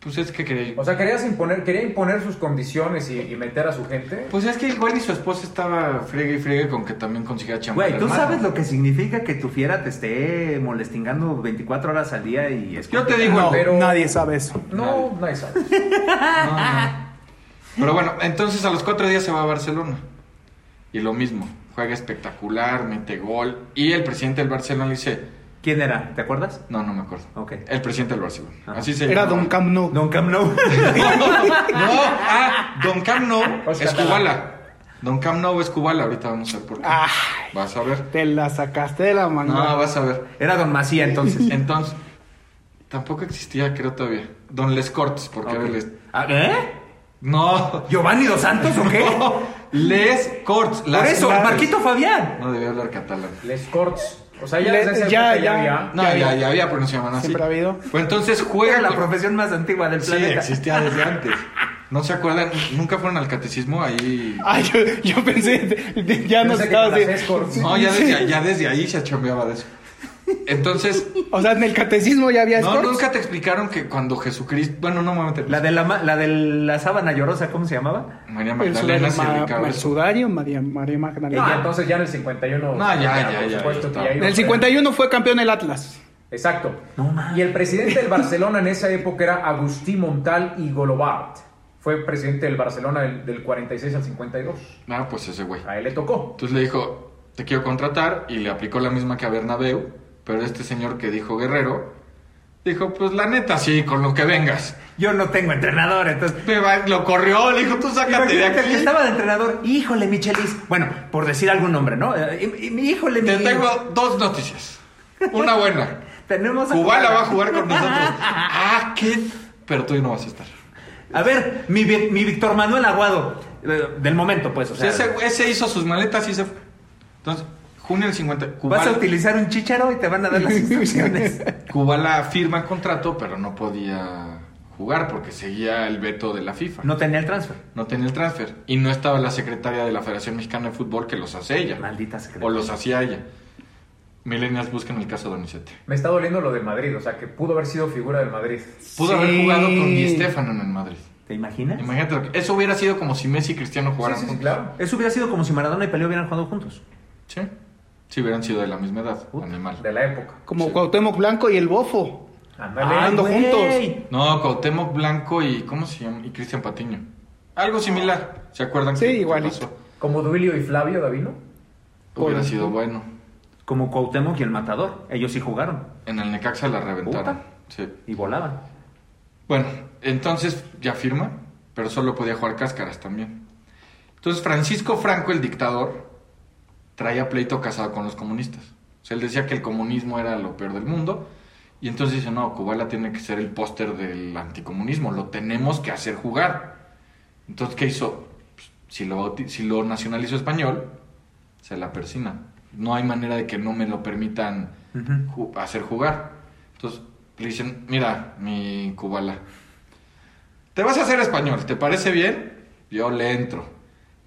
[SPEAKER 8] pues es que quería...
[SPEAKER 3] O sea, querías imponer, quería imponer sus condiciones y, y meter a su gente.
[SPEAKER 8] Pues es que igual y su esposa estaba friegue y friegue con que también consiga chamba.
[SPEAKER 9] Güey,
[SPEAKER 8] del
[SPEAKER 9] ¿tú
[SPEAKER 8] hermano.
[SPEAKER 9] sabes lo que significa que tu fiera te esté molestingando 24 horas al día y... es
[SPEAKER 8] Yo te
[SPEAKER 9] complicado?
[SPEAKER 8] digo,
[SPEAKER 5] No,
[SPEAKER 3] pero-
[SPEAKER 5] nadie sabe eso.
[SPEAKER 3] no, nadie sabe.
[SPEAKER 8] Pero bueno, entonces a los cuatro días se va a Barcelona. Y lo mismo, juega espectacular, mete gol. Y el presidente del Barcelona le dice,
[SPEAKER 9] ¿Quién era? ¿Te acuerdas?
[SPEAKER 8] no, no me acuerdo.
[SPEAKER 9] Ok.
[SPEAKER 8] El presidente del Barcelona.
[SPEAKER 9] Ajá.
[SPEAKER 8] Así se
[SPEAKER 5] Era
[SPEAKER 8] llamaba.
[SPEAKER 5] Don Camp Nou.
[SPEAKER 9] Don Cam No.
[SPEAKER 8] No, ah, Don Cam No es
[SPEAKER 3] Oscar.
[SPEAKER 8] Kubala. Don Cam No es Kubala, ahorita vamos a ver por qué.
[SPEAKER 5] Ay.
[SPEAKER 8] Vas a ver.
[SPEAKER 5] Te la sacaste de la manga.
[SPEAKER 8] No, vas a ver.
[SPEAKER 9] Era Don Macía entonces.
[SPEAKER 8] Entonces, tampoco existía, creo todavía. Don Les Cortes, porque era
[SPEAKER 9] Ok.
[SPEAKER 8] el est-
[SPEAKER 9] Ah, ¿Eh?
[SPEAKER 8] No,
[SPEAKER 9] ¿Giovanni Dos Santos o qué?
[SPEAKER 8] Les Cortes.
[SPEAKER 9] Por eso, Marquito Fabián.
[SPEAKER 8] No debía hablar catalán.
[SPEAKER 3] Les Corts. O sea, ya
[SPEAKER 5] Le-
[SPEAKER 3] desde esa
[SPEAKER 5] ya,
[SPEAKER 3] época ya
[SPEAKER 5] ya.
[SPEAKER 3] había.
[SPEAKER 8] No,
[SPEAKER 5] Ya
[SPEAKER 8] ya, ya,
[SPEAKER 5] había.
[SPEAKER 8] había, pero no se llamaban así.
[SPEAKER 5] Siempre ha habido.
[SPEAKER 8] Pues entonces juega
[SPEAKER 9] Era la profesión más antigua del
[SPEAKER 8] Sí,
[SPEAKER 9] planeta.
[SPEAKER 8] existía desde antes. ¿No se acuerdan? Nunca fueron al catecismo ahí.
[SPEAKER 5] Ay, yo, yo pensé, de- de- ya
[SPEAKER 3] Yo
[SPEAKER 5] nos
[SPEAKER 3] sé que
[SPEAKER 5] estabas
[SPEAKER 3] con las
[SPEAKER 5] de-
[SPEAKER 3] escorts.
[SPEAKER 8] No, ya desde, ya desde ahí se chambeaba de eso. Entonces,
[SPEAKER 5] O sea, en el catecismo ya había
[SPEAKER 8] no,
[SPEAKER 5] escorts.
[SPEAKER 8] nunca te explicaron que cuando Jesucristo. Bueno, no me voy a meter.
[SPEAKER 9] La de la, ma- la de la sábana llorosa, ¿cómo se llamaba?
[SPEAKER 8] María
[SPEAKER 5] El sudario,
[SPEAKER 8] Magdalena se
[SPEAKER 5] ma-
[SPEAKER 8] dedicaba a
[SPEAKER 5] el
[SPEAKER 8] eso.
[SPEAKER 5] sudario, María, María Magdalena.
[SPEAKER 3] Ah, entonces ya en el 51.
[SPEAKER 8] No, ya, ya,
[SPEAKER 3] por supuesto
[SPEAKER 8] ya, ya
[SPEAKER 3] que ya
[SPEAKER 8] está.
[SPEAKER 5] En
[SPEAKER 3] iba a
[SPEAKER 5] el
[SPEAKER 3] ser.
[SPEAKER 5] 51 fue campeón el Atlas.
[SPEAKER 3] Exacto.
[SPEAKER 6] No mames.
[SPEAKER 3] y el presidente del Barcelona en esa época era Agustí Montal y Golobart. Fue presidente del Barcelona del, del 46 al 52.
[SPEAKER 8] Ah, pues ese güey.
[SPEAKER 3] A él le tocó.
[SPEAKER 8] Entonces le dijo, te quiero contratar, y le aplicó la misma que a Bernabéu, pero este señor que dijo Guerrero, dijo, pues la neta, sí, con lo que vengas.
[SPEAKER 9] Yo no tengo entrenador, entonces.
[SPEAKER 8] Te va- Lo corrió, le dijo, tú sácate de
[SPEAKER 9] Imagínate el que
[SPEAKER 8] aquí.
[SPEAKER 9] estaba de entrenador. Híjole, Michelis. Bueno, por decir algún nombre, ¿no? Eh, y- y- Híjole,
[SPEAKER 8] Te
[SPEAKER 9] mi-
[SPEAKER 8] tengo dos noticias. Una buena.
[SPEAKER 9] Tenemos a
[SPEAKER 8] Kubala
[SPEAKER 9] Kubala.
[SPEAKER 8] va a jugar con nosotros. Ah, qué... Pero tú no vas a estar.
[SPEAKER 9] A ver, mi, Vi- mi Víctor Manuel Aguado. eh, Del momento, pues. O
[SPEAKER 8] O sea,
[SPEAKER 9] sea,
[SPEAKER 8] ese, ese hizo sus maletas y se fue. Entonces, junio del 50,
[SPEAKER 9] vas a
[SPEAKER 8] Kubala,
[SPEAKER 9] utilizar un chicharo y te van a dar las instrucciones.
[SPEAKER 8] Kubala firma contrato, pero no podía jugar porque seguía el veto de la FIFA.
[SPEAKER 9] No tenía el transfer.
[SPEAKER 8] No tenía el transfer. Y no estaba la secretaria de la Federación Mexicana de Fútbol que los hace ella.
[SPEAKER 9] Maldita secretaria.
[SPEAKER 8] O los hacía ella. Millennials buscan el caso de Donizete.
[SPEAKER 3] Me está doliendo lo del Madrid, o sea, que pudo haber sido figura del Madrid.
[SPEAKER 8] Pudo
[SPEAKER 5] Sí.
[SPEAKER 8] haber jugado con Di Stefano en el Madrid.
[SPEAKER 9] ¿Te imaginas?
[SPEAKER 8] Imagínate lo que- Eso hubiera sido como si Messi y Cristiano
[SPEAKER 3] Sí,
[SPEAKER 8] jugaran
[SPEAKER 3] sí, sí,
[SPEAKER 8] juntos.
[SPEAKER 3] claro.
[SPEAKER 9] Eso hubiera sido como si Maradona y Peleo hubieran jugado juntos.
[SPEAKER 8] Sí. Si hubieran sido de la misma edad, animal.
[SPEAKER 3] De la época.
[SPEAKER 5] Como Cuauhtémoc Blanco y el Bofo.
[SPEAKER 3] Ándale.
[SPEAKER 5] Ah, Ando
[SPEAKER 9] güey.
[SPEAKER 5] juntos.
[SPEAKER 8] No, Cuauhtémoc Blanco y ¿cómo se llama? Y Cristian Patiño. Algo similar. ¿Se acuerdan?
[SPEAKER 5] Sí,
[SPEAKER 8] qué- qué
[SPEAKER 5] igualito.
[SPEAKER 8] pasó?
[SPEAKER 3] Como Duilio y Flavio Davino.
[SPEAKER 8] Hubiera
[SPEAKER 5] Por-
[SPEAKER 8] sido bueno.
[SPEAKER 9] Como Cuauhtémoc y el Matador. Ellos sí jugaron.
[SPEAKER 8] En el Necaxa la reventaron.
[SPEAKER 9] Puta.
[SPEAKER 8] Sí.
[SPEAKER 9] Y volaban.
[SPEAKER 8] Bueno, entonces ya firma, pero solo podía jugar cáscaras también. Entonces Francisco Franco, el dictador, traía pleito casado con los comunistas. O sea, él decía que el comunismo era lo peor del mundo. Y entonces dice, no, Kubala tiene que ser el póster del anticomunismo, lo tenemos que hacer jugar. Entonces, ¿qué hizo? Pues, si, lo bauti- si lo nacionalizó español, se la persina. No hay manera de que no me lo permitan ju- hacer jugar. Entonces le dicen, mira, mi cubala, te vas a hacer español, ¿te parece bien? Yo le entro.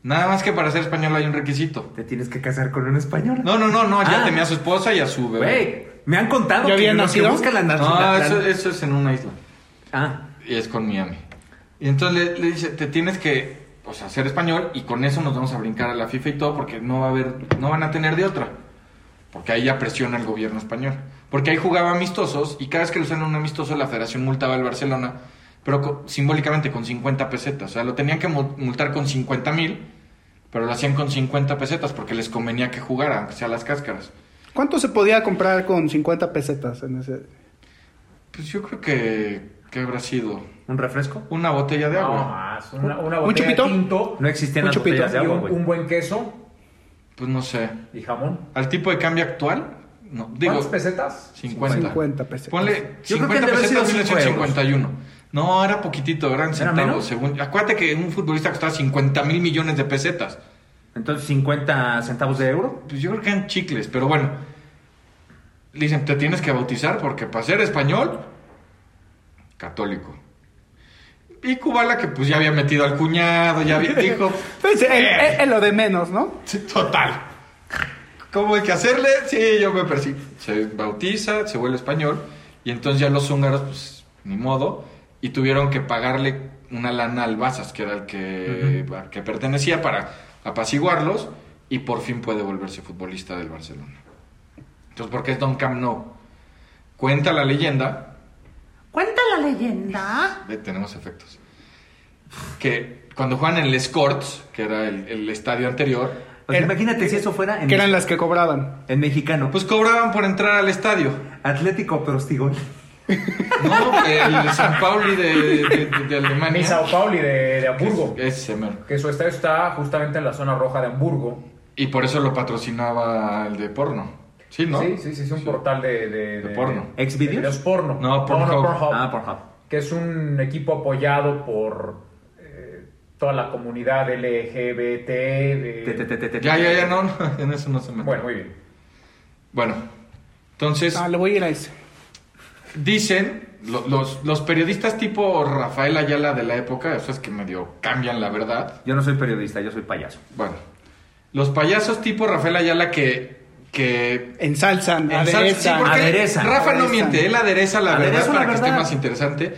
[SPEAKER 8] Nada más que para ser español hay un requisito.
[SPEAKER 9] Te tienes que casar con un español.
[SPEAKER 8] No, no, no, no, ya
[SPEAKER 9] Ah.
[SPEAKER 8] tenía a su esposa y a su bebé.
[SPEAKER 9] Güey, me han contado
[SPEAKER 5] ¿Ya había
[SPEAKER 9] que los que
[SPEAKER 5] nacido?
[SPEAKER 9] buscan la
[SPEAKER 8] No,
[SPEAKER 9] nacionalidad.
[SPEAKER 8] eso, eso es en una isla.
[SPEAKER 9] Ah,
[SPEAKER 8] Y es con Miami. Y entonces le, le dice, te tienes que, o sea, ser español y con eso nos vamos a brincar a la FIFA y todo porque no va a haber, no van a tener de otra. Porque ahí ya presiona el gobierno español. Porque ahí jugaba amistosos y cada vez que lo usaban en un amistoso la federación multaba al Barcelona, pero co- simbólicamente con 50 pesetas. O sea, lo tenían que mu- multar con 50 mil, pero lo hacían con 50 pesetas porque les convenía que jugara, aunque sea las cáscaras.
[SPEAKER 5] ¿Cuánto se podía comprar con 50 pesetas en ese?
[SPEAKER 8] Pues yo creo que, que habrá sido
[SPEAKER 9] ¿un refresco?
[SPEAKER 8] una botella de
[SPEAKER 3] No,
[SPEAKER 8] agua.
[SPEAKER 3] más. Una, una
[SPEAKER 5] ¿Un
[SPEAKER 3] botella de
[SPEAKER 5] chupito?
[SPEAKER 3] tinto.
[SPEAKER 9] No existían
[SPEAKER 5] Un
[SPEAKER 9] las
[SPEAKER 5] chupito.
[SPEAKER 9] botellas de
[SPEAKER 3] y
[SPEAKER 9] agua,
[SPEAKER 3] un,
[SPEAKER 9] güey.
[SPEAKER 3] un buen queso
[SPEAKER 8] Pues no sé.
[SPEAKER 3] y jamón.
[SPEAKER 8] Al tipo de cambio actual, no, digo,
[SPEAKER 3] ¿Cuántas pesetas?
[SPEAKER 8] 50.
[SPEAKER 5] 50 pesetas.
[SPEAKER 8] Ponle
[SPEAKER 9] Yo creo que
[SPEAKER 8] 50
[SPEAKER 9] debe haber sido
[SPEAKER 8] pesetas
[SPEAKER 9] cinco euros.
[SPEAKER 8] 1951. No, era poquitito, eran
[SPEAKER 9] menos?
[SPEAKER 8] centavos. Según, acuérdate que un futbolista costaba 50 mil millones de pesetas.
[SPEAKER 9] Entonces, 50 centavos de euro.
[SPEAKER 8] Pues yo creo que eran chicles, pero bueno. Le dicen, te tienes que bautizar porque para ser español, católico. Y Kubala, que pues ya había metido al cuñado, ya había, dijo,
[SPEAKER 5] Pues, el-
[SPEAKER 8] Eh.
[SPEAKER 5] el- el lo de menos, ¿no?
[SPEAKER 8] Sí, total. ¿Cómo hay que hacerle? Sí, yo me persigo. Se bautiza, se vuelve español. Y entonces ya los húngaros, pues, ni modo. Y tuvieron que pagarle una lana al Bazas, que era el que, al que pertenecía, para apaciguarlos. Y por fin puede volverse futbolista del Barcelona. Entonces, ¿por qué es Don Camp No? Cuenta la leyenda
[SPEAKER 9] Cuenta la leyenda.
[SPEAKER 8] Ve, tenemos efectos. Que cuando juegan en el Escorts, que era el, el estadio anterior,
[SPEAKER 5] Era-
[SPEAKER 9] Pues imagínate si eso fuera en,
[SPEAKER 5] Que eran las que cobraban.
[SPEAKER 9] en mexicano.
[SPEAKER 8] pues cobraban por entrar al estadio.
[SPEAKER 9] Atlético Prostigol.
[SPEAKER 8] No, el San Pauli de, de- de- de
[SPEAKER 3] Ni
[SPEAKER 8] Alemania.
[SPEAKER 3] Sao Pauli de, de Hamburgo.
[SPEAKER 8] Ese mero.
[SPEAKER 3] Que su estadio está justamente en la zona roja de Hamburgo.
[SPEAKER 8] Y por eso lo patrocinaba el de porno. Sí, ¿no?
[SPEAKER 3] Sí, sí, sí, es un portal de... De,
[SPEAKER 8] De porno.
[SPEAKER 9] ¿Exvideos?
[SPEAKER 3] de videos porno.
[SPEAKER 8] No, Pornhub.
[SPEAKER 3] Pornhub,
[SPEAKER 9] Ah, por favor.
[SPEAKER 3] Que es un equipo apoyado por eh, toda la comunidad LGBT. eh,
[SPEAKER 9] Te, te, te, te, te.
[SPEAKER 8] Ya, ya, ya, no, no, en eso no se me.
[SPEAKER 3] Bueno, muy bien.
[SPEAKER 8] Bueno, entonces
[SPEAKER 5] Ah, le voy a ir a ese.
[SPEAKER 8] dicen lo- los, los periodistas tipo Rafael Ayala de la época, eso es que medio cambian la verdad.
[SPEAKER 9] Yo no soy periodista, yo soy payaso.
[SPEAKER 8] Bueno, los payasos tipo Rafael Ayala que. que
[SPEAKER 5] Ensalzan, aderezan.
[SPEAKER 8] Sí, porque
[SPEAKER 9] aderezan.
[SPEAKER 8] Rafa no
[SPEAKER 5] Aderezan.
[SPEAKER 8] miente, él adereza la
[SPEAKER 9] Aderezo
[SPEAKER 8] verdad
[SPEAKER 9] la
[SPEAKER 8] para que esté
[SPEAKER 9] verdad.
[SPEAKER 8] más interesante.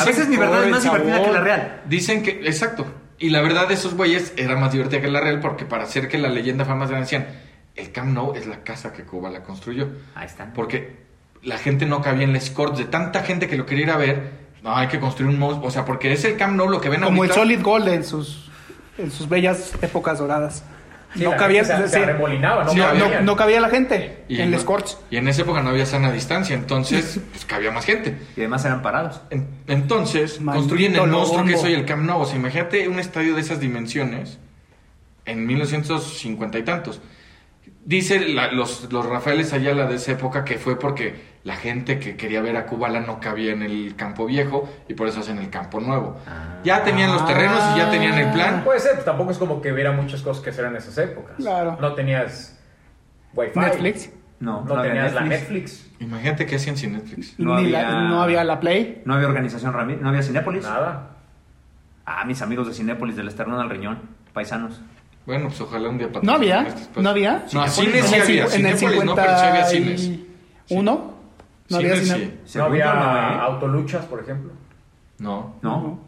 [SPEAKER 9] A veces mi verdad es
[SPEAKER 8] Por
[SPEAKER 9] más
[SPEAKER 8] el
[SPEAKER 9] divertida que
[SPEAKER 8] sabor.
[SPEAKER 9] la real.
[SPEAKER 8] Dicen que, exacto. Y la verdad de esos güeyes era más divertida que la real porque para hacer que la leyenda fuera más grande decían, el Camp Nou es la casa que Cuba la construyó.
[SPEAKER 9] Ahí está.
[SPEAKER 8] Porque la gente no cabía en las cortes, de tanta gente que lo quería ir a ver. No, hay que construir un monstruo. O sea, porque es el Camp Nou lo que ven
[SPEAKER 5] Como el
[SPEAKER 8] ahorita.
[SPEAKER 5] Solid Gold en sus, en sus bellas épocas doradas.
[SPEAKER 3] Sí,
[SPEAKER 5] no,
[SPEAKER 3] la
[SPEAKER 5] cabía,
[SPEAKER 3] gente se, se
[SPEAKER 5] sí.
[SPEAKER 3] arremolinaba, no
[SPEAKER 8] Sí,
[SPEAKER 5] no,
[SPEAKER 3] cabía.
[SPEAKER 5] no- no cabía la gente en
[SPEAKER 8] no-
[SPEAKER 5] los courts.
[SPEAKER 8] Y en esa época no había sana distancia, entonces pues cabía más gente.
[SPEAKER 9] Y además eran parados.
[SPEAKER 8] En- entonces,
[SPEAKER 5] Maldito
[SPEAKER 8] construyen el
[SPEAKER 5] Lobombo.
[SPEAKER 8] monstruo que es hoy el Camp Nou. O sea, imagínate un estadio de esas dimensiones en 1950 y tantos. Dice la- los, los Rafaeles Ayala de esa época que fue porque la gente que quería ver a Kubala no cabía en el campo viejo y por eso hacen el campo nuevo.
[SPEAKER 5] Ah.
[SPEAKER 8] Ya tenían los terrenos y ya tenían el plan.
[SPEAKER 3] Puede ser, pues, tampoco es como que hubiera muchas cosas que hacer en esas épocas.
[SPEAKER 5] Claro.
[SPEAKER 3] No tenías Wi-Fi.
[SPEAKER 5] Netflix.
[SPEAKER 3] No,
[SPEAKER 9] No, no había
[SPEAKER 3] tenías la
[SPEAKER 9] Netflix.
[SPEAKER 3] Netflix.
[SPEAKER 8] Imagínate qué hacían sin Netflix.
[SPEAKER 9] No
[SPEAKER 5] Ni la-
[SPEAKER 9] había-
[SPEAKER 5] no había la Play.
[SPEAKER 9] No había organización Ramírez, no había Cinépolis.
[SPEAKER 3] Nada.
[SPEAKER 9] Ah, mis amigos de Cinépolis del Esternón al Riñón, paisanos.
[SPEAKER 8] Bueno, pues ojalá un día
[SPEAKER 5] ¿No había?
[SPEAKER 8] patrocinen este espacio.
[SPEAKER 5] ¿No había?
[SPEAKER 8] No,
[SPEAKER 5] en
[SPEAKER 8] cines sí
[SPEAKER 5] el,
[SPEAKER 8] había.
[SPEAKER 5] cincu- en el
[SPEAKER 8] Cinépolis no, pero sí había cines.
[SPEAKER 5] 51 no había
[SPEAKER 8] Cines
[SPEAKER 5] cine-
[SPEAKER 8] sí.
[SPEAKER 9] Según
[SPEAKER 3] No había
[SPEAKER 9] yo, no, ¿eh?
[SPEAKER 3] autoluchas, por ejemplo.
[SPEAKER 8] No.
[SPEAKER 9] No,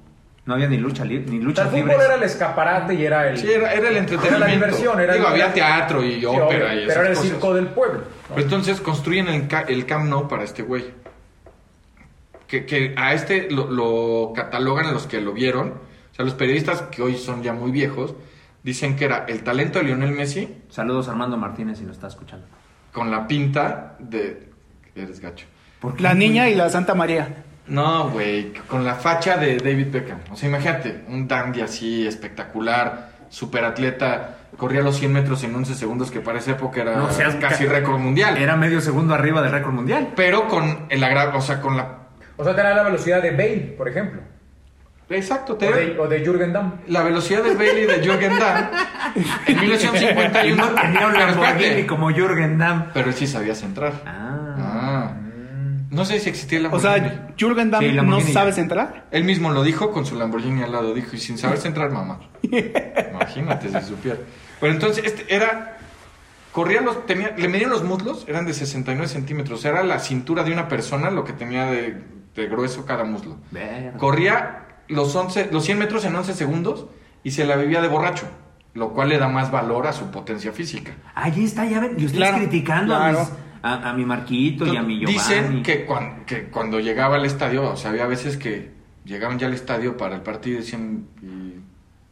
[SPEAKER 9] no había ni lucha li- ni
[SPEAKER 3] O sea, el
[SPEAKER 9] luchas
[SPEAKER 3] fútbol
[SPEAKER 9] libres.
[SPEAKER 3] era el escaparate y era el...
[SPEAKER 8] Sí, era, era el entretenimiento.
[SPEAKER 3] Era la diversión, era
[SPEAKER 8] Digo,
[SPEAKER 3] el-
[SPEAKER 8] había teatro y
[SPEAKER 3] Sí, obvio,
[SPEAKER 8] ópera y esas
[SPEAKER 3] Pero era el
[SPEAKER 8] cosas.
[SPEAKER 3] circo del pueblo. ¿no?
[SPEAKER 8] Pero entonces construyen el, ca- el Camp Nou para este güey. Que, que a este lo, lo catalogan los que lo vieron. O sea, los periodistas que hoy son ya muy viejos dicen que era el talento de Lionel Messi
[SPEAKER 9] Saludos a Armando Martínez si nos está escuchando.
[SPEAKER 8] con la pinta de. Eres gacho.
[SPEAKER 5] La niña y la Santa María.
[SPEAKER 8] No, güey, con la facha de David Beckham. O sea, imagínate, un dandy así espectacular, superatleta, corría los 100 metros en 11 segundos, que para esa época era
[SPEAKER 9] No seas
[SPEAKER 8] casi
[SPEAKER 9] ca-
[SPEAKER 8] récord mundial.
[SPEAKER 9] Era medio segundo arriba del récord mundial.
[SPEAKER 8] Pero con el agra- o sea, con la...
[SPEAKER 3] O sea, tenía la velocidad de Bale, por ejemplo.
[SPEAKER 8] Exacto,
[SPEAKER 3] O de,
[SPEAKER 8] te...
[SPEAKER 3] o de Jürgen Damm.
[SPEAKER 8] La velocidad de Bailey de Jürgen Damm en
[SPEAKER 9] Tenía
[SPEAKER 8] 1951
[SPEAKER 9] un
[SPEAKER 8] Pero espérate,
[SPEAKER 9] Lamborghini como Jürgen Damm.
[SPEAKER 8] Pero él sí sabía centrar.
[SPEAKER 9] Ah.
[SPEAKER 8] Ah. No sé si existía el
[SPEAKER 5] O
[SPEAKER 8] Lamborghini.
[SPEAKER 5] sea, Jürgen Damm
[SPEAKER 9] Sí, la
[SPEAKER 5] no
[SPEAKER 9] Lamborghini
[SPEAKER 5] sabe
[SPEAKER 9] ya.
[SPEAKER 5] centrar.
[SPEAKER 8] Él mismo lo dijo con su Lamborghini al lado, dijo, y sin saber centrar, mamá. Imagínate si supiera. Pero entonces, este era. Corría los. Tenía, le medían los muslos, eran de 69 centímetros. Era la cintura de una persona lo que tenía de, de grueso cada muslo.
[SPEAKER 9] Verga.
[SPEAKER 8] Corría los, 11, los 100 metros en 11 segundos y se la bebía de borracho, lo cual le da más valor a su potencia física.
[SPEAKER 9] Ahí está, ya ven. Y ustedes
[SPEAKER 5] Claro,
[SPEAKER 9] criticando a,
[SPEAKER 5] claro.
[SPEAKER 9] mis- a- a mi Marquito y a mi Giovanni.
[SPEAKER 8] Dicen que, cuan- que cuando llegaba al estadio, o sea, había veces que llegaban ya al estadio para el partido y decían, y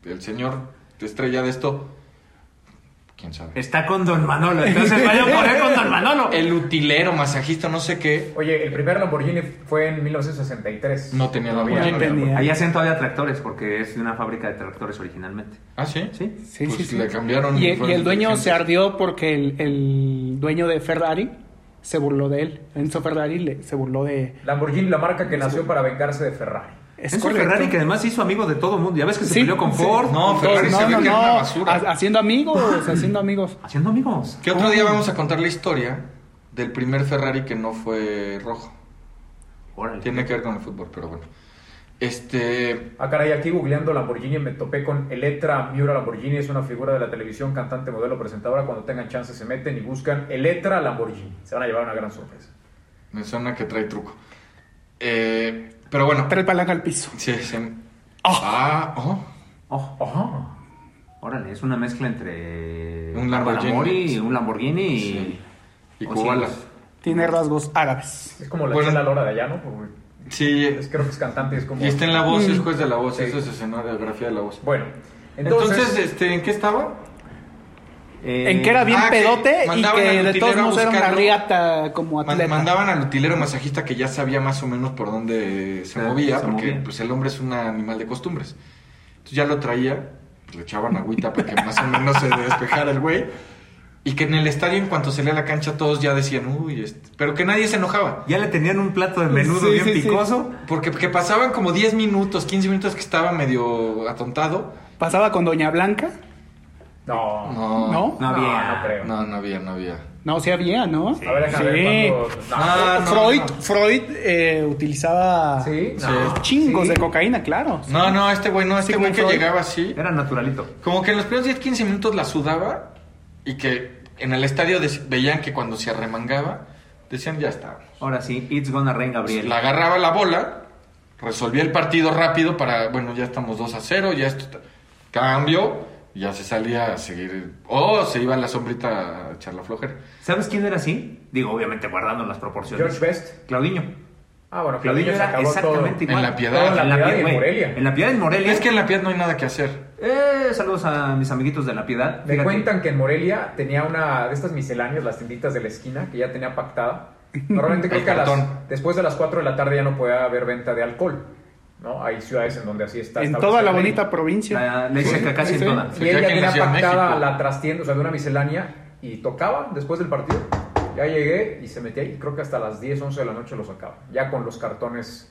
[SPEAKER 8] el señor estrella de esto, quién sabe.
[SPEAKER 9] Está con Don Manolo, entonces vaya a poner con Don Manolo.
[SPEAKER 8] El utilero, masajista, no sé qué,
[SPEAKER 3] Oye, el primer Lamborghini fue en 1963.
[SPEAKER 8] no tenía la
[SPEAKER 3] había,
[SPEAKER 8] boya,
[SPEAKER 5] no
[SPEAKER 8] había
[SPEAKER 5] tenía.
[SPEAKER 9] Allá hacen todavía tractores porque es de una fábrica de tractores originalmente.
[SPEAKER 8] boya. Ah, sí.
[SPEAKER 9] ¿Sí?
[SPEAKER 5] Sí,
[SPEAKER 8] Pues
[SPEAKER 5] sí, sí.
[SPEAKER 8] le cambiaron.
[SPEAKER 5] Y, el-
[SPEAKER 8] fueron
[SPEAKER 5] y el dueño se
[SPEAKER 8] inteligentes.
[SPEAKER 5] ardió porque el, el dueño de Ferrari se burló de él. Enzo Ferrari le- se burló de.
[SPEAKER 3] Lamborghini, la marca que nació para vengarse de Ferrari.
[SPEAKER 5] Es
[SPEAKER 9] Es un
[SPEAKER 5] correcto.
[SPEAKER 9] Ferrari que además hizo amigo de todo el mundo. Ya ves que se
[SPEAKER 5] Sí,
[SPEAKER 9] peleó con
[SPEAKER 5] sí. Pues
[SPEAKER 9] Ford.
[SPEAKER 8] No,
[SPEAKER 9] con
[SPEAKER 8] Ferrari
[SPEAKER 9] todo.
[SPEAKER 8] se
[SPEAKER 5] No,
[SPEAKER 8] ve
[SPEAKER 5] no,
[SPEAKER 8] que era una
[SPEAKER 5] no.
[SPEAKER 8] basura.
[SPEAKER 5] Ha- Haciendo amigos, haciendo amigos.
[SPEAKER 9] Haciendo amigos.
[SPEAKER 8] Que otro día vamos a contar la historia del primer Ferrari que no fue rojo.
[SPEAKER 9] Órale.
[SPEAKER 8] Tiene que ver con el fútbol, pero bueno. Este.
[SPEAKER 3] Ah, caray, aquí googleando Lamborghini me topé con Eletra Miura Lamborghini. Es una figura de la televisión, cantante, modelo, presentadora. Cuando tengan chance se meten y buscan Eletra Lamborghini. Se van a llevar una gran sorpresa.
[SPEAKER 8] Me suena que trae truco. Eh, pero bueno.
[SPEAKER 5] Trae palanca al piso.
[SPEAKER 8] Sí, sí. Ah, oh.
[SPEAKER 9] Oh,
[SPEAKER 3] Ajá.
[SPEAKER 9] órale, es una mezcla entre
[SPEAKER 8] Un
[SPEAKER 9] Lamborghini,
[SPEAKER 8] Lamborghini.
[SPEAKER 9] un Lamborghini y,
[SPEAKER 8] Sí. Y
[SPEAKER 9] o
[SPEAKER 8] Kubala.
[SPEAKER 9] Oh, sí,
[SPEAKER 5] Tiene rasgos árabes.
[SPEAKER 3] Es como la
[SPEAKER 8] Bueno.
[SPEAKER 3] Chela Lora de allá, ¿no? Porque
[SPEAKER 8] Sí.
[SPEAKER 3] es- creo que es cantante y es como...
[SPEAKER 8] Y está en la voz, es juez de la voz.
[SPEAKER 3] Sí.
[SPEAKER 8] Eso es escenografía de la voz.
[SPEAKER 3] Bueno, entonces...
[SPEAKER 8] Entonces, este, ¿en qué estaba?
[SPEAKER 9] Eh,
[SPEAKER 5] En que era bien
[SPEAKER 8] ah, que
[SPEAKER 5] pedote y
[SPEAKER 8] mandaban
[SPEAKER 5] que
[SPEAKER 8] al
[SPEAKER 5] de todos
[SPEAKER 8] utilero a
[SPEAKER 5] modos era una
[SPEAKER 8] buscarlo.
[SPEAKER 5] riata como
[SPEAKER 8] Man-
[SPEAKER 5] atleta.
[SPEAKER 8] mandaban al utilero masajista que ya sabía más o menos por dónde
[SPEAKER 9] Sí,
[SPEAKER 8] se movía,
[SPEAKER 9] se
[SPEAKER 8] porque
[SPEAKER 9] movía.
[SPEAKER 8] pues el hombre es un animal de costumbres. Entonces ya lo traía, pues, le echaban agüita para que más o menos se despejara el güey. Y que en el estadio, en cuanto salía a la cancha, todos ya decían, uy, este", pero que nadie se enojaba.
[SPEAKER 9] Ya le tenían un plato de menudo
[SPEAKER 5] Sí,
[SPEAKER 9] bien
[SPEAKER 5] sí, sí.
[SPEAKER 9] picoso.
[SPEAKER 8] Porque, porque pasaban como 10 minutos, 15 minutos que estaba medio atontado.
[SPEAKER 5] Pasaba con Doña Blanca,
[SPEAKER 3] No, no,
[SPEAKER 8] No,
[SPEAKER 5] ¿no?
[SPEAKER 9] No había.
[SPEAKER 3] no creo.
[SPEAKER 8] no, no había, no había.
[SPEAKER 5] No, sí había, ¿no?
[SPEAKER 3] A ver, déjame ver
[SPEAKER 5] Sí.
[SPEAKER 3] cuándo- No.
[SPEAKER 8] Ah, no,
[SPEAKER 5] Freud,
[SPEAKER 8] no.
[SPEAKER 5] Freud eh, utilizaba
[SPEAKER 3] Sí,
[SPEAKER 8] Sí.
[SPEAKER 3] no.
[SPEAKER 5] chingos
[SPEAKER 3] Sí.
[SPEAKER 5] de cocaína, claro.
[SPEAKER 8] No, no, este güey no, este
[SPEAKER 5] Sigmund
[SPEAKER 8] güey que
[SPEAKER 5] Freud.
[SPEAKER 8] llegaba así.
[SPEAKER 9] Era naturalito.
[SPEAKER 8] Como que en los primeros 10, 15 minutos la sudaba y que en el estadio des- veían que cuando se arremangaba, decían ya está.
[SPEAKER 9] Ahora sí, It's Gonna Rain Gabriel.
[SPEAKER 8] La agarraba la bola, resolvía el partido rápido para, bueno, ya estamos 2 a 0, ya esto. ta- Cambio, Y ya se salía a seguir. O se iba a la sombrita a echar la flojera.
[SPEAKER 9] ¿Sabes quién era así? Digo, obviamente guardando las proporciones.
[SPEAKER 3] George Best.
[SPEAKER 9] Claudiño.
[SPEAKER 3] Ah, bueno,
[SPEAKER 9] Claudiño
[SPEAKER 3] Claudiño se
[SPEAKER 9] era
[SPEAKER 3] acabó
[SPEAKER 9] exactamente
[SPEAKER 3] todo.
[SPEAKER 8] En
[SPEAKER 9] igual.
[SPEAKER 8] La Piedad.
[SPEAKER 9] En la
[SPEAKER 3] En La
[SPEAKER 9] piedad,
[SPEAKER 3] Piedad y en
[SPEAKER 9] güey.
[SPEAKER 3] Morelia.
[SPEAKER 9] En la piedad en Morelia.
[SPEAKER 8] Es que en la piedad no hay nada que hacer.
[SPEAKER 9] Eh, saludos a mis amiguitos de la piedad.
[SPEAKER 3] Me cuentan que en Morelia tenía una de estas misceláneas, las tienditas de la esquina, que ya tenía pactada. Normalmente creo
[SPEAKER 8] El
[SPEAKER 3] que a las-
[SPEAKER 8] cartón.
[SPEAKER 3] después de las 4 de la tarde ya no podía haber venta de alcohol. ¿no? Hay ciudades en donde así está.
[SPEAKER 5] En
[SPEAKER 3] establecida
[SPEAKER 5] toda la
[SPEAKER 3] ley.
[SPEAKER 5] bonita provincia.
[SPEAKER 9] La, la hice casi en
[SPEAKER 5] Sí.
[SPEAKER 9] toda.
[SPEAKER 8] Sí.
[SPEAKER 3] Y ella
[SPEAKER 8] Ya que
[SPEAKER 3] tenía
[SPEAKER 8] nació en
[SPEAKER 3] pactada
[SPEAKER 8] México.
[SPEAKER 3] la trastienda, o sea, de una miscelánea, y tocaba después del partido. Ya llegué y se metía ahí. Creo que hasta las 10, 11 de la noche lo sacaba. Ya con los cartones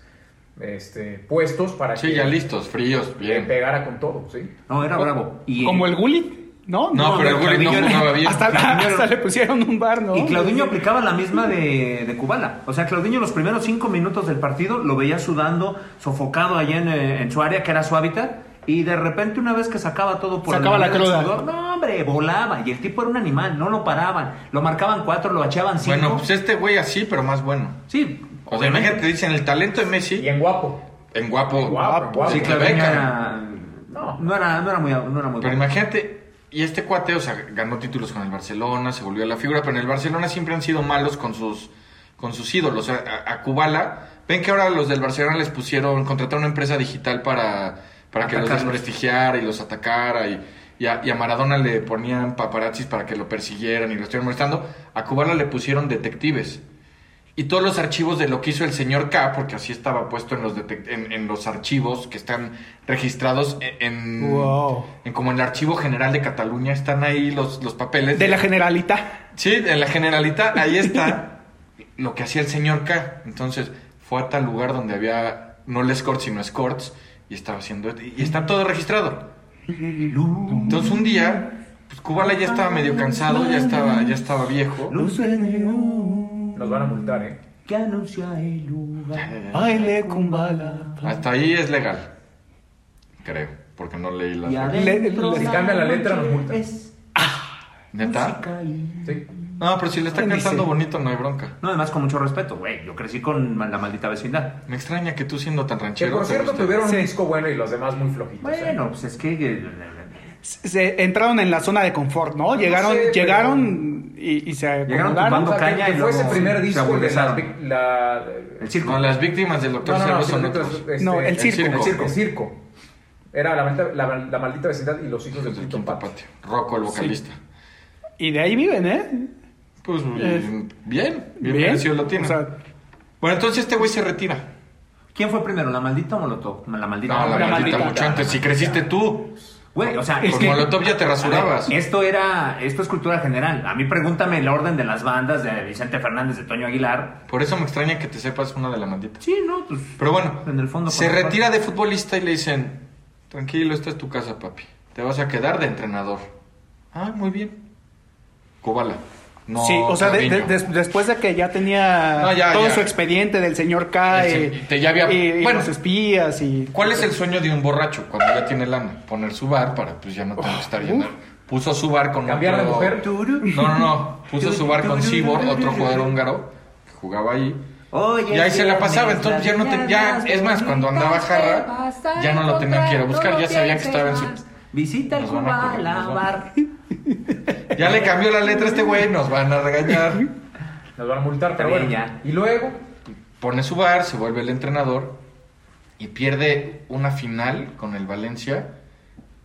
[SPEAKER 3] este, puestos para
[SPEAKER 8] Sí,
[SPEAKER 3] que
[SPEAKER 8] ya listos, fríos,
[SPEAKER 3] le
[SPEAKER 8] bien.
[SPEAKER 3] pegara con todo, ¿sí?
[SPEAKER 9] No, era bravo. Y,
[SPEAKER 5] Como el Gulit, ¿no?
[SPEAKER 8] No, pero el Willy no
[SPEAKER 9] Claudiño-
[SPEAKER 8] jugaba bien.
[SPEAKER 5] Hasta,
[SPEAKER 9] Claudiño-
[SPEAKER 5] hasta le pusieron un bar, ¿no?
[SPEAKER 9] Y Claudiño aplicaba la misma de, de Kubala. O sea, Claudiño los primeros cinco minutos del partido lo veía sudando, sofocado allá en, eh, en su área, que era su hábitat. Y de repente, una vez que sacaba todo por el
[SPEAKER 5] Sacaba la
[SPEAKER 9] nivel del
[SPEAKER 5] cruda.
[SPEAKER 9] sudor, no, hombre, volaba. Y el tipo era un animal, no lo paraban. Lo marcaban cuatro, lo bacheaban cinco.
[SPEAKER 8] Bueno, pues este güey así, pero más bueno.
[SPEAKER 9] sí.
[SPEAKER 8] O sea, imagínate, dicen el talento de Messi
[SPEAKER 3] Y en guapo.
[SPEAKER 8] en guapo.
[SPEAKER 3] Guapo, guapo.
[SPEAKER 8] Sí,
[SPEAKER 9] Sí,
[SPEAKER 8] claro.
[SPEAKER 9] Claudiño
[SPEAKER 8] Beckham.
[SPEAKER 9] era- No, no era, no era muy, no era muy
[SPEAKER 8] Pero
[SPEAKER 9] bueno.
[SPEAKER 8] imagínate, y este cuate, o sea, ganó títulos con el Barcelona, se volvió la figura, pero en el Barcelona siempre han sido malos con sus, con sus ídolos. O sea, a, a Kubala, ven que ahora los del Barcelona les pusieron, contrataron una empresa digital para, para que los
[SPEAKER 9] Atacarlos.
[SPEAKER 8] desprestigiara y los atacara y... y a, y a Maradona le ponían paparazzis para que lo persiguieran y lo estuvieran molestando. A Kubala le pusieron detectives. Y todos los archivos de lo que hizo el señor K, porque así estaba puesto en los, detec- en, en los archivos que están registrados e-, en, en-
[SPEAKER 5] Wow.
[SPEAKER 8] en como en el Archivo General de Cataluña, están ahí los, los papeles.
[SPEAKER 5] De la Generalita.
[SPEAKER 8] Sí, en la Generalita, ahí está lo que hacía el señor K. Entonces, fue a tal lugar donde había no el escort, sino escorts, y estaba haciendo... Y está todo registrado. Entonces, un día, pues Kubala ya estaba medio cansado, ya estaba, ya estaba viejo.
[SPEAKER 3] Nos van a multar, ¿eh?
[SPEAKER 9] que anuncia el lugar.
[SPEAKER 5] Baile con bala.
[SPEAKER 8] Hasta ahí es legal. Creo, porque no leí la...
[SPEAKER 9] Y
[SPEAKER 5] adentro
[SPEAKER 3] Si cambia la letra, nos multan.
[SPEAKER 8] ¿Neta?
[SPEAKER 3] Sí.
[SPEAKER 8] No, pero si le está
[SPEAKER 5] Ay,
[SPEAKER 8] cantando
[SPEAKER 5] dice.
[SPEAKER 8] bonito, no hay bronca.
[SPEAKER 9] No, además con mucho respeto, güey. Yo crecí con ma- la maldita vecindad.
[SPEAKER 8] Me extraña que tú siendo tan
[SPEAKER 3] Que
[SPEAKER 8] ranchero...
[SPEAKER 3] por
[SPEAKER 8] te
[SPEAKER 3] cierto
[SPEAKER 8] guste.
[SPEAKER 3] tuvieron
[SPEAKER 5] Sí.
[SPEAKER 3] un disco bueno y los demás muy flojitos. ¿eh?
[SPEAKER 9] Bueno, pues es que...
[SPEAKER 5] Se, se entraron en la zona de confort, ¿no? Llegaron,
[SPEAKER 3] sé, pero-
[SPEAKER 5] llegaron y, y se
[SPEAKER 9] Llegaron
[SPEAKER 5] acomodaron.
[SPEAKER 3] O sea, que-
[SPEAKER 9] caña
[SPEAKER 3] que
[SPEAKER 9] y
[SPEAKER 3] fue
[SPEAKER 9] luego
[SPEAKER 3] ese primer
[SPEAKER 9] se
[SPEAKER 3] disco de
[SPEAKER 9] aburguesaron.
[SPEAKER 3] las vic- la,
[SPEAKER 9] El circo.
[SPEAKER 8] No, las víctimas del doctor
[SPEAKER 3] No, no, no,
[SPEAKER 8] Cerro
[SPEAKER 3] sí,
[SPEAKER 8] son
[SPEAKER 3] los
[SPEAKER 8] otros.
[SPEAKER 3] otros, este,
[SPEAKER 5] No, el circo.
[SPEAKER 8] circo.
[SPEAKER 3] El circo. El circo. Era la, maldita- la- la maldita vecindad y los hijos del
[SPEAKER 8] Del
[SPEAKER 3] quinto
[SPEAKER 8] quinto
[SPEAKER 3] patio.
[SPEAKER 8] patio. Rocco, el vocalista.
[SPEAKER 5] Y de ahí viven, ¿eh?
[SPEAKER 8] Pues y- bien, bien,
[SPEAKER 5] Bien.
[SPEAKER 8] merecido lo tiene.
[SPEAKER 5] O sea,
[SPEAKER 8] bueno, entonces este güey se retira.
[SPEAKER 9] ¿Quién fue primero, la maldita o Molotov? La maldita.
[SPEAKER 8] No, la,
[SPEAKER 5] la
[SPEAKER 8] maldita Pues
[SPEAKER 5] maldita.
[SPEAKER 8] mucho antes. Si creciste tú,
[SPEAKER 9] Güey, o sea,
[SPEAKER 8] con Molotov ya te rasurabas.
[SPEAKER 9] A ver, Esto era, esto es cultura general. A mí pregúntame el orden de las bandas de Vicente Fernández, de Toño Aguilar.
[SPEAKER 8] Por eso me extraña que te sepas una de la maldita.
[SPEAKER 9] Sí, no, pues.
[SPEAKER 8] Pero bueno,
[SPEAKER 9] En el fondo,
[SPEAKER 8] se
[SPEAKER 9] por la
[SPEAKER 8] retira de futbolista y le dicen, tranquilo, esta es tu casa, papi. Te vas a quedar de entrenador. Ah, muy bien. Cobala. No,
[SPEAKER 5] sí, o sea, de- de-
[SPEAKER 8] Claviño.
[SPEAKER 5] des- después de que ya tenía
[SPEAKER 8] No, ya,
[SPEAKER 5] todo
[SPEAKER 8] ya.
[SPEAKER 5] su expediente del señor K
[SPEAKER 8] El
[SPEAKER 5] y,
[SPEAKER 8] se- te- ya había-
[SPEAKER 5] y- y
[SPEAKER 8] bueno.
[SPEAKER 5] los espías y...
[SPEAKER 8] ¿Cuál es el sueño de un borracho cuando ya tiene lana? Poner su bar para pues ya no tener que estar yendo. Puso su bar con
[SPEAKER 3] Cambiar de
[SPEAKER 8] otro-
[SPEAKER 3] mujer.
[SPEAKER 8] No, no, no. Puso su bar con Sibor, otro jugador húngaro que jugaba ahí.
[SPEAKER 9] Oye,
[SPEAKER 8] Y ahí se la
[SPEAKER 9] viernes,
[SPEAKER 8] pasaba, entonces ya no te, ya es más cuando andaba jarra ya no lo tenían que ir a buscar, ya sabían que estaba en su
[SPEAKER 9] Visita el
[SPEAKER 8] Nos van a
[SPEAKER 9] Cuba,
[SPEAKER 8] correr,
[SPEAKER 9] la
[SPEAKER 8] nos van a
[SPEAKER 9] bar.
[SPEAKER 8] Ya le cambió la letra a este güey, nos van a regañar.
[SPEAKER 3] Nos van a multar, pero
[SPEAKER 9] Está bien,
[SPEAKER 3] bueno.
[SPEAKER 9] ya.
[SPEAKER 3] Y luego,
[SPEAKER 8] Pone su bar, se vuelve el entrenador y pierde una final con el Valencia.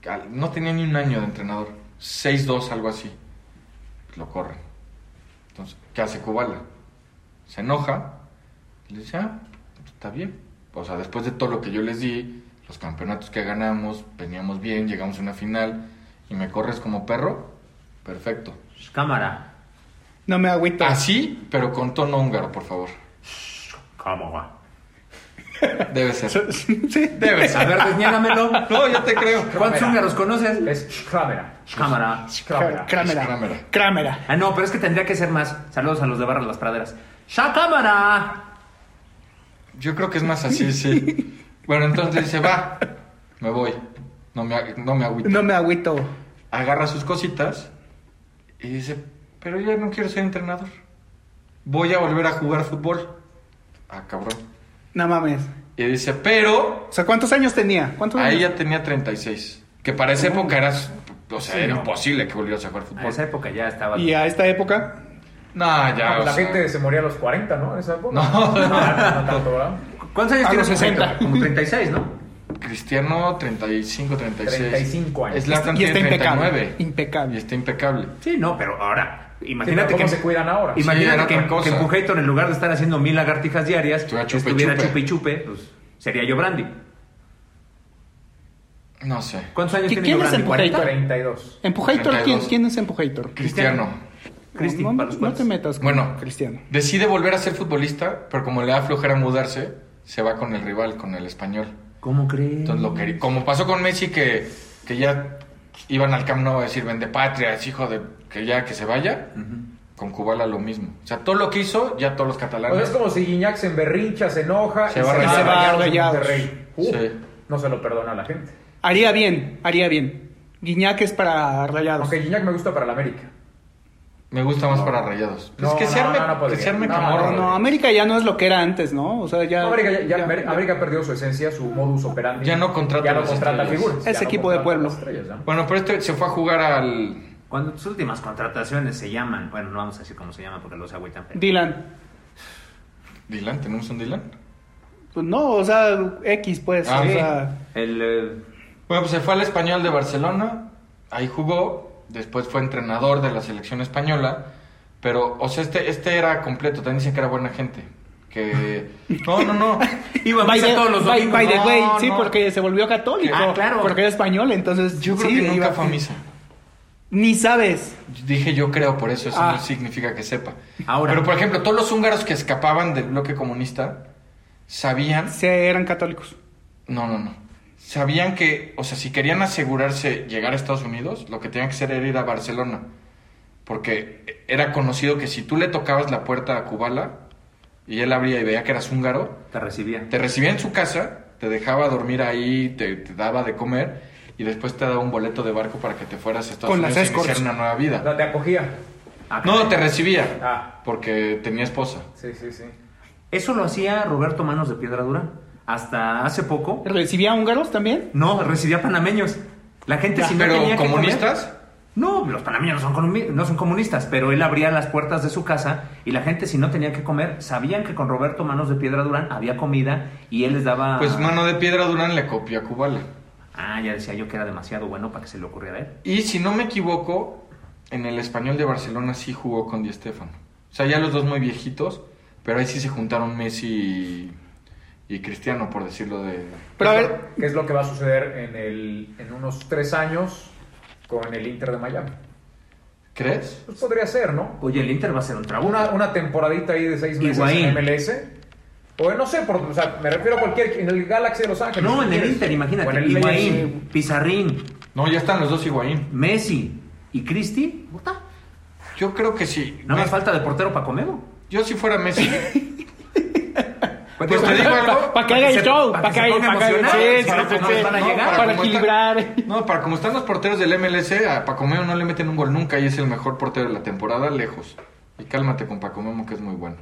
[SPEAKER 8] Al- No tenía ni un año de entrenador. 6-2, algo así. Lo corren. Entonces, ¿qué hace Kubala? Se enoja y le dice, ah, está bien. O sea, después de todo lo que yo les di, los campeonatos que ganamos, veníamos bien, llegamos a una final y me corres como perro, perfecto.
[SPEAKER 9] Cámara.
[SPEAKER 5] No me agüito.
[SPEAKER 8] ¿Ah, Así, pero con tono húngaro, por favor.
[SPEAKER 9] Cámara.
[SPEAKER 8] Debe ser.
[SPEAKER 5] Sí.
[SPEAKER 8] Debe
[SPEAKER 9] A
[SPEAKER 8] ser.
[SPEAKER 9] ver, desniégamelo.
[SPEAKER 8] No, yo te creo.
[SPEAKER 9] ¿Cuántos húngaros conoces?
[SPEAKER 3] es Schramera.
[SPEAKER 9] Cámara.
[SPEAKER 3] Schramera.
[SPEAKER 5] Crámera.
[SPEAKER 8] Crámera.
[SPEAKER 5] Crámera.
[SPEAKER 9] Ah, no, pero es que tendría que ser más. Saludos a los de Barra Las Praderas. ¡Ya cámara!
[SPEAKER 8] Yo creo que es más así, sí. Bueno, entonces dice, va, me voy. No me, ag- no me agüito.
[SPEAKER 5] No me agüito.
[SPEAKER 8] Agarra sus cositas y dice, pero yo no quiero ser entrenador. Voy a volver a jugar fútbol. Ah, cabrón.
[SPEAKER 5] No mames.
[SPEAKER 8] Y dice, pero
[SPEAKER 5] O sea, ¿cuántos años tenía? ¿Cuántos
[SPEAKER 8] ahí
[SPEAKER 5] años?
[SPEAKER 8] ya tenía 36. Que para esa época eras O sea,
[SPEAKER 9] Sí,
[SPEAKER 8] era
[SPEAKER 9] no.
[SPEAKER 8] imposible que volvieras a jugar
[SPEAKER 9] A
[SPEAKER 8] fútbol.
[SPEAKER 9] esa época ya estaba.
[SPEAKER 5] Y a esta época,
[SPEAKER 8] No, ya. o
[SPEAKER 3] la
[SPEAKER 8] sea,
[SPEAKER 3] gente se moría a los 40, ¿no? En esa época.
[SPEAKER 8] No.
[SPEAKER 3] tanto, ¿verdad?
[SPEAKER 9] ¿Cuántos años
[SPEAKER 5] A
[SPEAKER 9] tienes?
[SPEAKER 5] los 60.
[SPEAKER 9] Como 36, ¿no?
[SPEAKER 8] Cristiano, 35, 36.
[SPEAKER 3] 35 años.
[SPEAKER 8] Zlatan
[SPEAKER 5] Y está
[SPEAKER 8] tiene
[SPEAKER 5] impecable,
[SPEAKER 8] 39.
[SPEAKER 5] impecable.
[SPEAKER 8] Y está impecable.
[SPEAKER 9] Sí, no, pero ahora. Imagínate
[SPEAKER 3] Sí, pero
[SPEAKER 9] que
[SPEAKER 3] ¿cómo se cuidan ahora?
[SPEAKER 8] Sí,
[SPEAKER 9] Imagínate
[SPEAKER 8] era
[SPEAKER 9] que,
[SPEAKER 8] otra cosa.
[SPEAKER 9] que Pujator, en lugar de estar haciendo mil lagartijas diarias,
[SPEAKER 8] Estuviera chupe y
[SPEAKER 9] estuviera
[SPEAKER 8] chupe.
[SPEAKER 9] chupe y chupe, pues sería yo Brandy.
[SPEAKER 8] No sé.
[SPEAKER 9] ¿Cuántos años
[SPEAKER 5] ¿Qui-
[SPEAKER 9] tiene
[SPEAKER 5] quién es
[SPEAKER 9] Yobrandi?
[SPEAKER 5] el Pujator?
[SPEAKER 9] 40.
[SPEAKER 3] 32.
[SPEAKER 5] Empujator, ¿quién,
[SPEAKER 8] 32.
[SPEAKER 5] ¿quién es Empujator?
[SPEAKER 8] Cristiano.
[SPEAKER 9] Cristi,
[SPEAKER 5] no,
[SPEAKER 9] para los
[SPEAKER 5] no
[SPEAKER 9] cuates.
[SPEAKER 5] te metas con
[SPEAKER 8] Bueno.
[SPEAKER 5] Cristiano.
[SPEAKER 8] Decide volver a ser futbolista, pero como le da flojera mudarse, se va con el rival, con el español.
[SPEAKER 9] ¿Cómo crees?
[SPEAKER 8] Entonces lo quería. Como pasó con Messi, que, que ya iban al Camp Nou a decir, vende patria, es hijo de. que ya que se vaya. Con Kubala lo mismo. O sea, todo lo que hizo, ya todos los
[SPEAKER 3] O sea, Pues es
[SPEAKER 8] catalanes.
[SPEAKER 3] como si Guiñac se emberrincha, se enoja
[SPEAKER 8] Se
[SPEAKER 3] y
[SPEAKER 8] va a
[SPEAKER 3] va
[SPEAKER 8] rayados.
[SPEAKER 3] a
[SPEAKER 5] Rayados.
[SPEAKER 3] Monterrey. Uh,
[SPEAKER 8] Sí.
[SPEAKER 3] No se lo perdona a la gente.
[SPEAKER 5] Haría bien, haría bien. Guiñac es para rayados.
[SPEAKER 3] Aunque Guiñac me gusta para la América.
[SPEAKER 8] Me gusta más para rayados. Pues
[SPEAKER 3] No,
[SPEAKER 8] es que se
[SPEAKER 3] no,
[SPEAKER 8] arme,
[SPEAKER 3] no, no
[SPEAKER 8] que
[SPEAKER 3] podría.
[SPEAKER 8] se arme
[SPEAKER 3] No,
[SPEAKER 8] camorra,
[SPEAKER 3] no,
[SPEAKER 5] No,
[SPEAKER 8] güey.
[SPEAKER 5] América ya no es lo que era antes, ¿no? O sea, ya.
[SPEAKER 3] No, América, ya, ya-
[SPEAKER 5] ya-
[SPEAKER 3] Amer- América perdió su esencia, su modus operandi.
[SPEAKER 8] Ya no contrata
[SPEAKER 3] Ya no
[SPEAKER 8] las
[SPEAKER 3] contrata
[SPEAKER 8] estrellas.
[SPEAKER 3] figuras.
[SPEAKER 5] Es
[SPEAKER 3] ya no
[SPEAKER 5] equipo de
[SPEAKER 3] contrata
[SPEAKER 5] pueblo.
[SPEAKER 3] las estrellas, ¿no?
[SPEAKER 8] Bueno, pero este se fue a jugar al.
[SPEAKER 9] Cuando tus últimas contrataciones se llaman, bueno, no vamos a decir cómo se llaman porque los agüitan. pero-
[SPEAKER 5] Dylan.
[SPEAKER 8] Dylan, ¿tenemos un Dylan?
[SPEAKER 5] Pues no, o sea, X, pues.
[SPEAKER 8] Ah,
[SPEAKER 5] o
[SPEAKER 8] sí.
[SPEAKER 5] sea,
[SPEAKER 9] El, eh,
[SPEAKER 8] Bueno, pues se fue al español de Barcelona, ahí jugó, después fue entrenador de la selección española, pero, o sea, este, este era completo, también dicen que era buena gente, que... No, no, no.
[SPEAKER 9] iba a
[SPEAKER 5] by
[SPEAKER 9] misa
[SPEAKER 5] the-
[SPEAKER 9] todos los
[SPEAKER 5] by-
[SPEAKER 9] domingos.
[SPEAKER 5] by the
[SPEAKER 9] ¿no?
[SPEAKER 5] way,
[SPEAKER 8] no,
[SPEAKER 5] sí,
[SPEAKER 8] no.
[SPEAKER 5] porque se volvió católico.
[SPEAKER 9] Ah, claro.
[SPEAKER 5] Porque era español, entonces.
[SPEAKER 8] Yo creo
[SPEAKER 5] sí,
[SPEAKER 8] que nunca
[SPEAKER 5] iba-
[SPEAKER 8] fue a misa.
[SPEAKER 5] Ni sabes.
[SPEAKER 8] Dije yo creo, por eso eso
[SPEAKER 5] Ah.
[SPEAKER 8] no significa que sepa.
[SPEAKER 9] Ahora.
[SPEAKER 8] Pero, por ejemplo, todos los húngaros que escapaban del bloque comunista sabían...
[SPEAKER 5] Se eran católicos.
[SPEAKER 8] No, no, no. Sabían que, o sea, si querían asegurarse llegar a Estados Unidos, lo que tenían que hacer era ir a Barcelona. Porque era conocido que si tú le tocabas la puerta a Kubala y él abría y veía que eras húngaro,
[SPEAKER 9] Te recibía.
[SPEAKER 8] te recibía en su casa, te dejaba dormir ahí, te, te daba de comer y después te daba un boleto de barco para que te fueras a Estados
[SPEAKER 5] Con las
[SPEAKER 8] Unidos a
[SPEAKER 5] escorts.
[SPEAKER 8] iniciar una nueva
[SPEAKER 3] O
[SPEAKER 8] vida.
[SPEAKER 3] sea, te acogía.
[SPEAKER 9] Ah,
[SPEAKER 8] No,
[SPEAKER 9] caray.
[SPEAKER 8] te recibía
[SPEAKER 3] Ah.
[SPEAKER 8] porque tenía esposa.
[SPEAKER 3] Sí, sí, sí.
[SPEAKER 9] Eso lo hacía Roberto Manos de Piedra Dura. Hasta hace poco.
[SPEAKER 5] ¿Recibía húngaros también?
[SPEAKER 9] No, recibía panameños. La gente si ¿Este no
[SPEAKER 8] Pero
[SPEAKER 9] tenía que comer-
[SPEAKER 8] comunistas...
[SPEAKER 9] No, los panameños no son, comu- no son comunistas, pero él abría las puertas de su casa y la gente si no tenía que comer, sabían que con Roberto Manos de Piedra Durán había comida y él les daba...
[SPEAKER 8] Pues Mano de Piedra Durán le copió a Kubala.
[SPEAKER 9] Ah, ya decía yo que era demasiado bueno para que se le ocurriera a él.
[SPEAKER 8] Y si no me equivoco, en el español de Barcelona sí jugó con Di Stéfano. O sea, ya los dos muy viejitos, pero ahí sí se juntaron Messi y, y Cristiano, por decirlo de...
[SPEAKER 5] Pero a
[SPEAKER 3] ¿Qué es
[SPEAKER 5] ver,
[SPEAKER 3] lo- ¿Qué es lo que va a suceder en, el, en unos tres años con el Inter de Miami?
[SPEAKER 8] ¿Crees?
[SPEAKER 3] Pues podría ser, ¿no?
[SPEAKER 9] Oye, el Inter va a ser un trago.
[SPEAKER 3] Una, una temporadita ahí de seis meses
[SPEAKER 9] Higuaín.
[SPEAKER 3] en MLS. O no sé, por, o sea, me refiero a cualquier. En el Galaxy de Los Ángeles. si
[SPEAKER 9] No, en el
[SPEAKER 3] quieres.
[SPEAKER 9] Inter, imagínate.
[SPEAKER 3] O en el
[SPEAKER 9] Higuaín, Pizarrín,
[SPEAKER 8] No, ya están los dos Higuaín.
[SPEAKER 9] Messi y Cristi. Puta,
[SPEAKER 8] Yo creo que sí.
[SPEAKER 9] No me
[SPEAKER 8] Me-
[SPEAKER 9] falta de portero para comer.
[SPEAKER 8] Yo si fuera Messi... pues
[SPEAKER 9] digo,
[SPEAKER 8] te digo algo...
[SPEAKER 5] para que haga
[SPEAKER 9] que
[SPEAKER 5] el
[SPEAKER 9] se-
[SPEAKER 3] Ah,
[SPEAKER 5] show,
[SPEAKER 9] para
[SPEAKER 5] para
[SPEAKER 9] que
[SPEAKER 5] que
[SPEAKER 9] se
[SPEAKER 5] haga
[SPEAKER 9] ponga
[SPEAKER 5] para que haga-
[SPEAKER 9] emocionado,
[SPEAKER 5] sí,
[SPEAKER 9] si no,
[SPEAKER 5] sí,
[SPEAKER 9] pues,
[SPEAKER 5] sí,
[SPEAKER 9] no les
[SPEAKER 5] sí.
[SPEAKER 9] van a
[SPEAKER 5] para,
[SPEAKER 9] llegar.
[SPEAKER 8] como
[SPEAKER 5] equilibrar.
[SPEAKER 8] están- no, para como están los porteros del MLS, a Pacomeo no le meten un gol nunca y es el mejor portero de la temporada, lejos. Y cálmate con Pacomeo, que es muy bueno.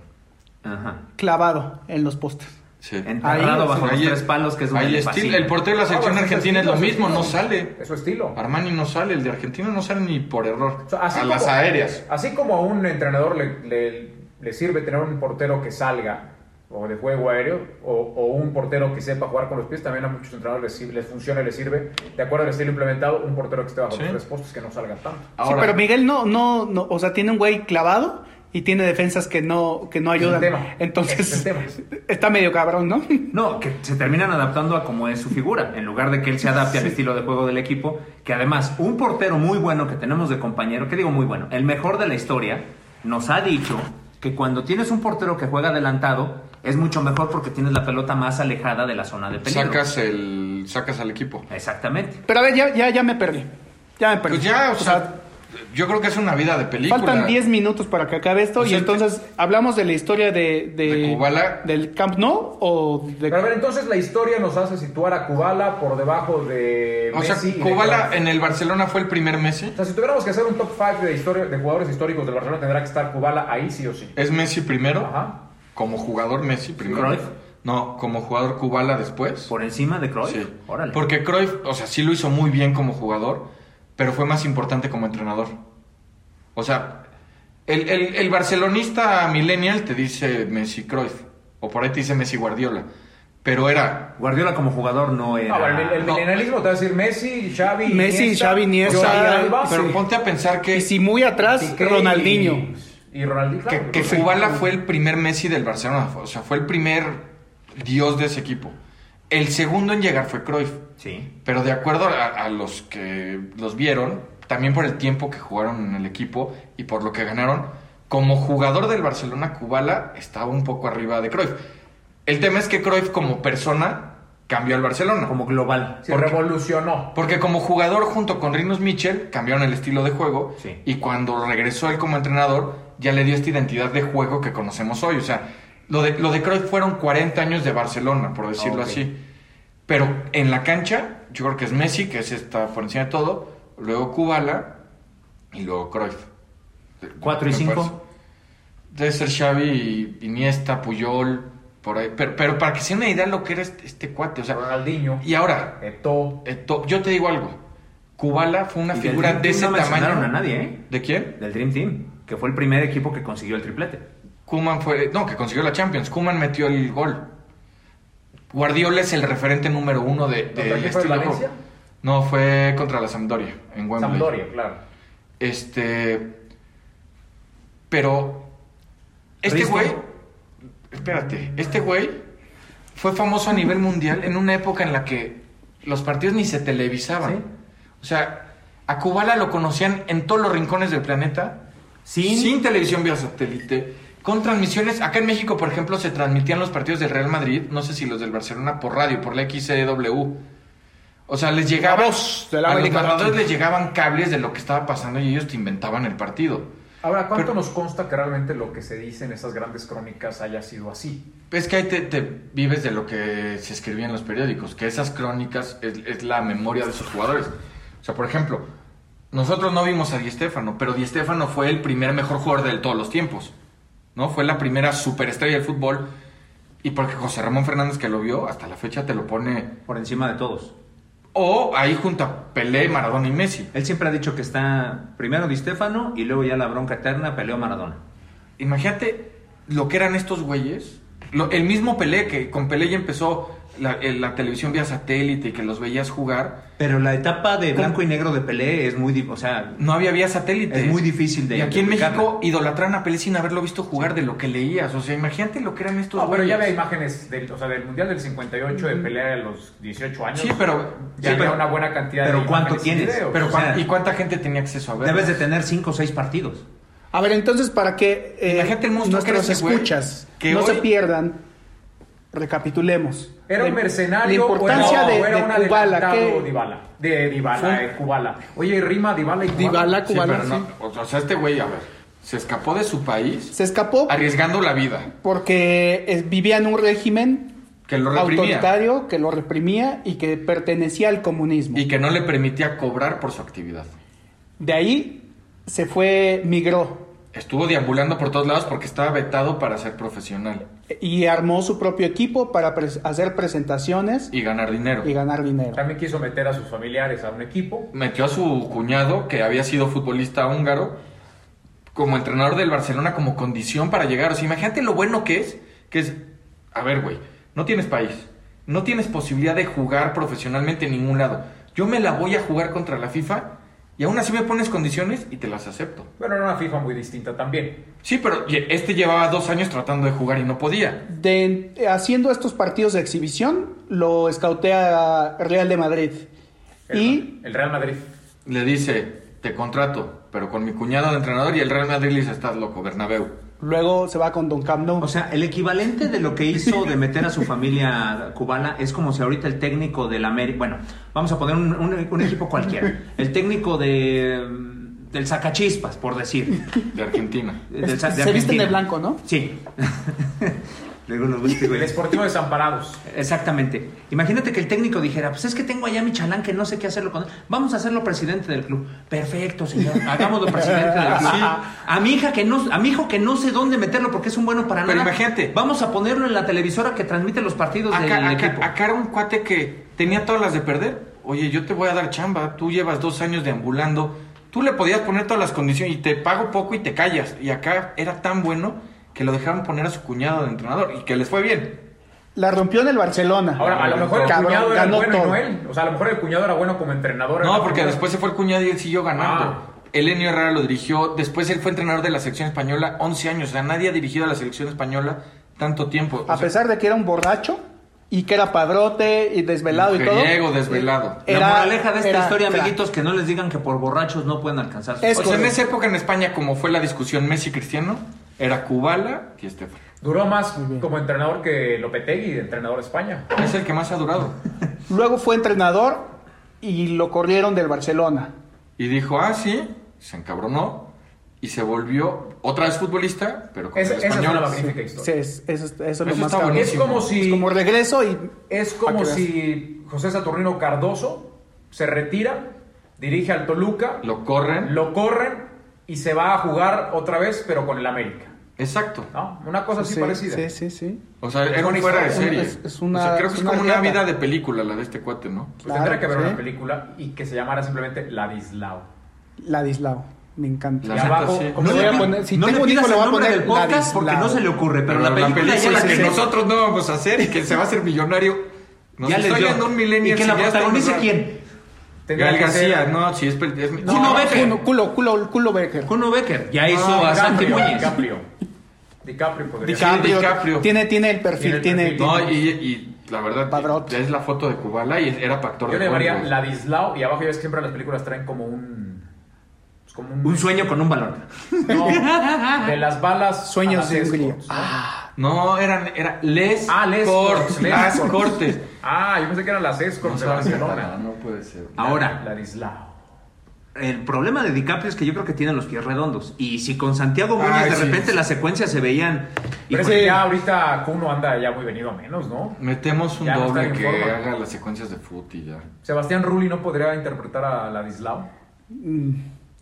[SPEAKER 9] Ajá.
[SPEAKER 5] Clavado en los postes.
[SPEAKER 8] Sí.
[SPEAKER 9] Enterrado
[SPEAKER 5] Ahí,
[SPEAKER 9] bajo los
[SPEAKER 8] Ahí
[SPEAKER 9] tres
[SPEAKER 8] es-
[SPEAKER 9] palos que es donde
[SPEAKER 8] ahí
[SPEAKER 9] le
[SPEAKER 8] es Til-
[SPEAKER 9] fascina.
[SPEAKER 8] El portero de la
[SPEAKER 3] Ah, bueno,
[SPEAKER 8] selección
[SPEAKER 3] es
[SPEAKER 8] argentina es
[SPEAKER 3] estilo,
[SPEAKER 8] lo mismo, no
[SPEAKER 3] estilo.
[SPEAKER 8] sale.
[SPEAKER 3] Es su estilo.
[SPEAKER 8] Armani no sale, el de Argentina no sale ni por error.
[SPEAKER 3] O sea, así
[SPEAKER 8] a
[SPEAKER 3] como-
[SPEAKER 8] las aéreas.
[SPEAKER 3] Así como a un entrenador le, le- le sirve tener un portero que salga o de juego aéreo o, o un portero que sepa jugar con los pies, también a muchos entrenadores les, sirve- les funciona y les sirve, de acuerdo al estilo implementado, un portero que esté bajo
[SPEAKER 8] Sí.
[SPEAKER 3] los tres postes que no salga tanto.
[SPEAKER 5] sí,
[SPEAKER 8] Ahora,
[SPEAKER 5] pero Miguel no, no, no, o sea, tiene un güey clavado y tiene defensas que no, que no ayudan.
[SPEAKER 3] el tema.
[SPEAKER 5] Entonces,
[SPEAKER 3] Es el tema.
[SPEAKER 5] está medio cabrón, ¿no?
[SPEAKER 9] No, que se terminan adaptando a como es su figura, en lugar de que él se adapte al estilo de juego del equipo, que además un portero muy bueno que tenemos de compañero, que digo muy bueno, el mejor de la historia, nos ha dicho que cuando tienes un portero que juega adelantado, es mucho mejor porque tienes la pelota más alejada de la zona de peligro.
[SPEAKER 8] sacas, el, sacas al equipo.
[SPEAKER 9] Exactamente.
[SPEAKER 5] Pero a ver, ya, ya, ya me perdí. Ya me perdí.
[SPEAKER 8] Pues ya, o sea, yo creo que es una vida de película.
[SPEAKER 5] faltan 10 minutos para que acabe esto
[SPEAKER 8] O sea,
[SPEAKER 5] y entonces, ¿hablamos de la historia de, de,
[SPEAKER 8] ¿De Kubala?
[SPEAKER 5] del Camp No o de
[SPEAKER 3] Pero a ver, entonces la historia nos hace situar a Kubala por debajo de
[SPEAKER 8] O sea,
[SPEAKER 3] Messi y de
[SPEAKER 8] Kubala
[SPEAKER 3] Cavani.
[SPEAKER 8] en el Barcelona fue el primer Messi.
[SPEAKER 3] O sea, si tuviéramos que hacer un top 5 de, historia- de jugadores históricos del Barcelona, tendrá que estar Kubala ahí sí o sí.
[SPEAKER 8] Es Messi primero,
[SPEAKER 3] Ajá.
[SPEAKER 8] como jugador Messi primero.
[SPEAKER 9] Cruyff.
[SPEAKER 8] No, como jugador Kubala después.
[SPEAKER 9] Por encima de Cruyff.
[SPEAKER 8] Sí.
[SPEAKER 9] Órale.
[SPEAKER 8] Porque Cruyff, o sea, sí lo hizo muy bien como jugador, pero fue más importante como entrenador. O sea, el, el- el barcelonista millennial te dice Messi Cruyff, o por ahí te dice Messi Guardiola, pero era...
[SPEAKER 9] Guardiola como jugador no era.
[SPEAKER 3] No, pero el, el
[SPEAKER 8] No.
[SPEAKER 3] milenalismo te va a decir Messi, Xavi,
[SPEAKER 5] Messi, Xavi, Iniesta,
[SPEAKER 8] o sea,
[SPEAKER 3] Jordi
[SPEAKER 5] Xavi,
[SPEAKER 3] Alba,
[SPEAKER 8] pero
[SPEAKER 3] sí.
[SPEAKER 8] ponte a pensar que...
[SPEAKER 5] Y si muy atrás,
[SPEAKER 3] Piqué
[SPEAKER 5] Ronaldinho.
[SPEAKER 3] Y, y Ronaldinho, claro,
[SPEAKER 5] pues,
[SPEAKER 8] Que, que
[SPEAKER 3] Ronaldinho.
[SPEAKER 8] Kubala fue el primer Messi del Barcelona, o sea, fue el primer dios de ese equipo. El segundo en llegar fue Cruyff,
[SPEAKER 9] Sí.
[SPEAKER 8] pero de acuerdo a, a los que los vieron, también por el tiempo que jugaron en el equipo y por lo que ganaron, como jugador del Barcelona, Kubala estaba un poco arriba de Cruyff. El tema es que Cruyff como persona cambió al Barcelona.
[SPEAKER 9] Como global.
[SPEAKER 3] Sí, revolucionó.
[SPEAKER 8] Porque como jugador junto con Rinus Mitchell cambiaron el estilo de juego
[SPEAKER 9] Sí.
[SPEAKER 8] y cuando regresó él como entrenador ya le dio esta identidad de juego que conocemos hoy. O sea, lo de, lo de Cruyff fueron 40 años de Barcelona, por decirlo
[SPEAKER 9] Ok.
[SPEAKER 8] así. Pero en la cancha yo creo que es Messi, que es esta por encima de todo, luego Kubala y luego Cruyff.
[SPEAKER 9] Cuatro y
[SPEAKER 8] Me
[SPEAKER 9] cinco.
[SPEAKER 8] parece. Debe ser Xavi, Iniesta, Puyol, por ahí. Pero, pero para que sea una idea lo que era este, este cuate. O sea,
[SPEAKER 3] Ronaldinho,
[SPEAKER 8] y ahora,
[SPEAKER 9] eh,
[SPEAKER 3] Eto'o,
[SPEAKER 8] Eto- yo te digo algo. Kubala fue una
[SPEAKER 9] Y del
[SPEAKER 8] figura
[SPEAKER 9] Dream
[SPEAKER 8] de
[SPEAKER 9] Team
[SPEAKER 8] ese
[SPEAKER 9] no mencionaron
[SPEAKER 8] tamaño.
[SPEAKER 9] a nadie, ¿eh?
[SPEAKER 8] ¿De quién?
[SPEAKER 9] Del Dream Team, que fue el primer equipo que consiguió el triplete.
[SPEAKER 8] Kuman fue. No, que consiguió la Champions. Kuman metió el gol. Guardiola es el referente número uno de,
[SPEAKER 3] ¿Contra
[SPEAKER 8] del
[SPEAKER 3] quién fue,
[SPEAKER 8] estilo de
[SPEAKER 3] Valencia?
[SPEAKER 8] juego. No, fue contra la Sampdoria en Wembley.
[SPEAKER 3] Sampdoria, claro.
[SPEAKER 8] Este. Pero. Este
[SPEAKER 9] ¿Risto?
[SPEAKER 8] güey. Espérate. Este güey fue famoso a nivel mundial en una época en la que los partidos ni se televisaban.
[SPEAKER 9] Sí.
[SPEAKER 8] O sea, a Kubala lo conocían en todos los rincones del planeta.
[SPEAKER 9] Sin-
[SPEAKER 8] sin televisión vía satélite. Con transmisiones. Acá en México, por ejemplo, se transmitían los partidos del Real Madrid. No sé si los del Barcelona por radio, por la XCW. O sea, les llegaba.
[SPEAKER 5] La voz de la
[SPEAKER 8] a los
[SPEAKER 5] América
[SPEAKER 8] narradores
[SPEAKER 5] Latina.
[SPEAKER 8] les llegaban cables de lo que estaba pasando y ellos te inventaban el partido.
[SPEAKER 3] Ahora, ¿cuánto
[SPEAKER 8] Pero-
[SPEAKER 3] nos consta que realmente lo que se dice en esas grandes crónicas haya sido así?
[SPEAKER 8] Es que ahí te, te vives de lo que se escribía en los periódicos, que esas crónicas es, es la memoria de sus jugadores. O sea, por ejemplo, nosotros no vimos a Di Stéfano, pero Di Stéfano fue el primer mejor jugador de todos los tiempos. ¿no? Fue la primera superestrella del fútbol. Y porque José Ramón Fernández que lo vio, hasta la fecha te lo pone.
[SPEAKER 9] Por encima de todos.
[SPEAKER 8] O ahí junto a Pelé, Maradona y Messi.
[SPEAKER 9] Él siempre ha dicho que está primero Di Stefano y luego ya la bronca eterna peleó Maradona.
[SPEAKER 8] Imagínate lo que eran estos güeyes. Lo- el mismo Pelé, que con Pelé ya empezó la, el- la televisión vía satélite y que los veías jugar.
[SPEAKER 9] Pero la etapa de blanco y negro de Pelé es muy, di- o sea,
[SPEAKER 8] No había vía satélite.
[SPEAKER 9] Es muy difícil de
[SPEAKER 8] Y aquí en
[SPEAKER 9] replicarla.
[SPEAKER 8] México idolatran a Pelé sin haberlo visto jugar de lo que leías. O sea, imagínate lo que eran estos
[SPEAKER 3] No, pero
[SPEAKER 8] güeyes.
[SPEAKER 3] Ah, ya había imágenes del, o sea, del Mundial del 58, de pelea a los 18 años.
[SPEAKER 8] Sí, pero-
[SPEAKER 3] Ya
[SPEAKER 8] sí,
[SPEAKER 3] había
[SPEAKER 8] pero-
[SPEAKER 3] una buena cantidad de
[SPEAKER 9] pero ¿cuánto
[SPEAKER 3] imágenes y
[SPEAKER 9] tienes?
[SPEAKER 3] videos.
[SPEAKER 8] Pero
[SPEAKER 9] o
[SPEAKER 8] cuán-
[SPEAKER 9] sea,
[SPEAKER 8] ¿y cuánta gente tenía acceso a ver?
[SPEAKER 9] debes de tener cinco o seis partidos.
[SPEAKER 5] A ver, entonces, para que eh,
[SPEAKER 8] Imagínate el monstruo que
[SPEAKER 5] nuestros
[SPEAKER 8] eres, güey,
[SPEAKER 5] escuchas
[SPEAKER 8] que
[SPEAKER 5] no
[SPEAKER 8] hoy-
[SPEAKER 5] se pierdan, recapitulemos.
[SPEAKER 3] ¿Era un
[SPEAKER 5] La-
[SPEAKER 3] mercenario
[SPEAKER 5] La
[SPEAKER 3] o
[SPEAKER 5] importancia
[SPEAKER 3] era,
[SPEAKER 5] de,
[SPEAKER 3] o era
[SPEAKER 5] de
[SPEAKER 3] un
[SPEAKER 5] Kubala,
[SPEAKER 3] adelantado
[SPEAKER 5] que-
[SPEAKER 3] Dybala? De Dybala,
[SPEAKER 8] Fue-
[SPEAKER 3] de Kubala. Oye, ¿y rima Dybala y Kubala?
[SPEAKER 5] Dybala,
[SPEAKER 8] Sí,
[SPEAKER 5] Kubala,
[SPEAKER 8] pero no- O sea, este güey, a ver, se escapó de su país
[SPEAKER 5] Se escapó
[SPEAKER 8] arriesgando la vida.
[SPEAKER 5] porque eh, vivía en un régimen
[SPEAKER 8] Que lo reprimía.
[SPEAKER 5] autoritario que lo reprimía y que pertenecía al comunismo.
[SPEAKER 8] Y que no le permitía cobrar por su actividad.
[SPEAKER 5] De ahí se fue, migró
[SPEAKER 8] Estuvo deambulando por todos lados porque estaba vetado para ser profesional
[SPEAKER 5] y armó su propio equipo para pres- hacer presentaciones
[SPEAKER 8] y ganar dinero.
[SPEAKER 5] y ganar dinero.
[SPEAKER 3] También quiso meter a sus familiares a un equipo.
[SPEAKER 8] Metió a su cuñado, que había sido futbolista húngaro, como entrenador del Barcelona, como condición para llegar. O sea, imagínate lo bueno que es, que es, a ver, güey, no tienes país, no tienes posibilidad de jugar profesionalmente en ningún lado. Yo me la voy a jugar contra la FIFA y aún así me pones condiciones y te las acepto.
[SPEAKER 3] Bueno, era una FIFA muy distinta también.
[SPEAKER 8] Sí, pero ye- este llevaba dos años tratando de jugar y no podía.
[SPEAKER 5] De- haciendo estos partidos de exhibición, lo escautea Real de Madrid.
[SPEAKER 3] El,
[SPEAKER 5] y
[SPEAKER 3] el Real Madrid.
[SPEAKER 8] Le dice, te contrato, pero con mi cuñado de entrenador y el Real Madrid le dice, estás loco, Bernabéu.
[SPEAKER 5] luego se va con Don Camp Nou.
[SPEAKER 9] O sea, el equivalente de lo que hizo de meter a su familia cubana es como si ahorita el técnico del América, bueno, vamos a poner un, un- un equipo cualquiera, el técnico de mm, del Sacachispas, por decir,
[SPEAKER 8] De Argentina.
[SPEAKER 9] del
[SPEAKER 5] Es-
[SPEAKER 9] Sa-
[SPEAKER 5] se visten
[SPEAKER 9] Argentina.
[SPEAKER 5] de blanco, ¿no?
[SPEAKER 9] Sí. Luego los viste,
[SPEAKER 3] El
[SPEAKER 9] güey.
[SPEAKER 5] Pues,
[SPEAKER 3] Sportivo Desamparados.
[SPEAKER 9] Exactamente. Imagínate que el técnico dijera, pues es que tengo allá a mi chalán que no sé qué hacerlo con él. Vamos a hacerlo presidente del club. Perfecto, señor. Hagámoslo presidente del club.
[SPEAKER 8] Sí.
[SPEAKER 9] A mi hija que no, a mi hijo que no sé dónde meterlo porque es un bueno para
[SPEAKER 8] Pero
[SPEAKER 9] nada.
[SPEAKER 8] imagínate.
[SPEAKER 9] Vamos a ponerlo en la televisora que transmite los partidos del
[SPEAKER 8] Acá, acá-
[SPEAKER 9] equipo.
[SPEAKER 8] acá era un cuate que tenía todas las de perder. O oye, yo te voy a dar chamba, tú llevas dos años deambulando, tú le podías poner todas las condiciones y te pago poco y te callas. Y acá era tan bueno que lo dejaron poner a su cuñado de entrenador y que les fue bien.
[SPEAKER 5] La rompió en el Barcelona.
[SPEAKER 3] Ahora, a lo mejor el
[SPEAKER 5] Cabrón,
[SPEAKER 3] cuñado era
[SPEAKER 5] ganó
[SPEAKER 3] bueno y
[SPEAKER 5] todo.
[SPEAKER 3] no él. O sea, a lo mejor el cuñado era bueno como entrenador.
[SPEAKER 8] No,
[SPEAKER 3] era
[SPEAKER 8] porque
[SPEAKER 3] bueno.
[SPEAKER 8] después se fue el cuñado y él siguió ganando.
[SPEAKER 3] Ah.
[SPEAKER 8] Elenio Herrera lo dirigió, después él fue entrenador de la selección española 11 años, o sea, nadie ha dirigido a la selección española tanto tiempo. O
[SPEAKER 5] A
[SPEAKER 8] sea,
[SPEAKER 5] pesar de que era un borracho y que era padrote y desvelado y todo.
[SPEAKER 8] Mujeriego, desvelado.
[SPEAKER 5] Era-
[SPEAKER 9] la moraleja de esta
[SPEAKER 5] era
[SPEAKER 9] historia,
[SPEAKER 5] crack.
[SPEAKER 9] amiguitos, que no les digan que por borrachos no pueden alcanzar sus
[SPEAKER 5] Es
[SPEAKER 8] o sea, en
[SPEAKER 5] correcto.
[SPEAKER 8] esa época en España, como fue la discusión Messi-Cristiano, era Kubala y Estefan.
[SPEAKER 3] Duró más como entrenador que Lopetegui, de entrenador de España.
[SPEAKER 8] Es el que más ha durado.
[SPEAKER 5] Luego fue entrenador y lo corrieron del Barcelona.
[SPEAKER 8] Y dijo, ah, sí, se encabronó y se volvió otra vez futbolista, pero con
[SPEAKER 3] Es-
[SPEAKER 8] el
[SPEAKER 3] esa es una
[SPEAKER 8] español.
[SPEAKER 3] magnífica
[SPEAKER 5] Sí,
[SPEAKER 3] historia.
[SPEAKER 5] es- eso, es- eso es lo
[SPEAKER 8] Eso
[SPEAKER 5] más
[SPEAKER 8] está
[SPEAKER 5] cabrón.
[SPEAKER 3] Es
[SPEAKER 8] buenísimo.
[SPEAKER 3] como
[SPEAKER 5] Es
[SPEAKER 3] si,
[SPEAKER 5] como Ah, regreso y
[SPEAKER 3] es
[SPEAKER 5] Pa' que
[SPEAKER 3] como
[SPEAKER 5] veas.
[SPEAKER 3] si José Saturnino Cardoso se retira, dirige al Toluca,
[SPEAKER 8] Lo corren.
[SPEAKER 3] lo corren y se va a jugar otra vez, pero con el América.
[SPEAKER 8] Exacto.
[SPEAKER 3] ¿no? Una cosa así
[SPEAKER 5] Sí,
[SPEAKER 3] parecida.
[SPEAKER 5] Sí, sí, sí.
[SPEAKER 8] O sea, era un
[SPEAKER 3] una
[SPEAKER 8] fuera de
[SPEAKER 3] historia,
[SPEAKER 8] serie.
[SPEAKER 5] es- es una-
[SPEAKER 8] o sea, creo que
[SPEAKER 5] es
[SPEAKER 8] es
[SPEAKER 5] una
[SPEAKER 8] como una
[SPEAKER 5] riata.
[SPEAKER 8] vida de película la de este cuate, ¿no?
[SPEAKER 3] Pues
[SPEAKER 5] Claro,
[SPEAKER 3] tendría que haber
[SPEAKER 5] sí.
[SPEAKER 3] una película y que se llamara simplemente Ladislao.
[SPEAKER 5] Ladislao. Me encanta.
[SPEAKER 8] La
[SPEAKER 3] y
[SPEAKER 8] neta,
[SPEAKER 3] abajo,
[SPEAKER 8] sí.
[SPEAKER 5] como le voy a poner- si tengo un hijo, le voy a poner
[SPEAKER 9] del podcast porque
[SPEAKER 5] Ladislao.
[SPEAKER 9] no se le ocurre, pero, la película, ya
[SPEAKER 8] película
[SPEAKER 9] la
[SPEAKER 8] que
[SPEAKER 9] tiene.
[SPEAKER 8] nosotros no vamos a hacer y que se va a hacer millonario. Nos
[SPEAKER 9] ya les
[SPEAKER 8] está
[SPEAKER 9] dio.
[SPEAKER 8] yendo un milenio.
[SPEAKER 9] ¿Y que la protagonice quién?
[SPEAKER 3] Tendría
[SPEAKER 8] Gael
[SPEAKER 3] que ser-
[SPEAKER 8] García, no, si es... pel- es-
[SPEAKER 9] No,
[SPEAKER 8] Sí,
[SPEAKER 9] no,
[SPEAKER 8] ve-
[SPEAKER 9] Becker.
[SPEAKER 5] Culo, culo, culo, culo Becker.
[SPEAKER 9] Kuno Becker. Ya hizo a Santi
[SPEAKER 3] DiCaprio,
[SPEAKER 9] Muñiz.
[SPEAKER 3] DiCaprio. DiCaprio podría ser.
[SPEAKER 5] DiCaprio.
[SPEAKER 8] DiCaprio.
[SPEAKER 5] Tiene, tiene el
[SPEAKER 3] Tiene
[SPEAKER 5] perfil,
[SPEAKER 3] el
[SPEAKER 5] tiene.
[SPEAKER 3] perfil.
[SPEAKER 8] No, y, y la verdad,
[SPEAKER 5] Padrot.
[SPEAKER 8] ya es la foto de Kubala y era actor
[SPEAKER 3] Yo
[SPEAKER 8] de
[SPEAKER 3] le llamaría
[SPEAKER 8] Hollywood.
[SPEAKER 3] Ladislao y abajo ya ves que siempre las películas traen como un... pues como un...
[SPEAKER 9] Un sueño con un balón.
[SPEAKER 3] No, de las balas...
[SPEAKER 5] Sueños
[SPEAKER 3] a las
[SPEAKER 5] de Hungría.
[SPEAKER 3] escorts, ¿no?
[SPEAKER 8] No, eran, era Les
[SPEAKER 3] Ah, Les
[SPEAKER 8] Cortes.
[SPEAKER 3] Cortes, Les
[SPEAKER 8] Las
[SPEAKER 3] Cortes.
[SPEAKER 8] Cortes.
[SPEAKER 3] Ah, yo pensé que eran las escorts de
[SPEAKER 8] saben
[SPEAKER 3] Barcelona.
[SPEAKER 8] nada, no puede ser.
[SPEAKER 9] Ahora,
[SPEAKER 3] Ladislao.
[SPEAKER 9] El problema de DiCaprio es que yo creo que tiene los pies redondos. Y si con Santiago Muñoz
[SPEAKER 8] Ay,
[SPEAKER 9] de
[SPEAKER 8] Ah, sí.
[SPEAKER 9] repente las secuencias se veían.
[SPEAKER 3] Pero es
[SPEAKER 9] híjole,
[SPEAKER 3] que ya ahorita Kuno anda ya muy venido a menos, ¿no?
[SPEAKER 8] Metemos un
[SPEAKER 3] Ya no
[SPEAKER 8] doble
[SPEAKER 3] están en
[SPEAKER 8] que
[SPEAKER 3] forma.
[SPEAKER 8] haga las secuencias de foot y ya.
[SPEAKER 3] Sebastián Rulli no podría interpretar a Ladislao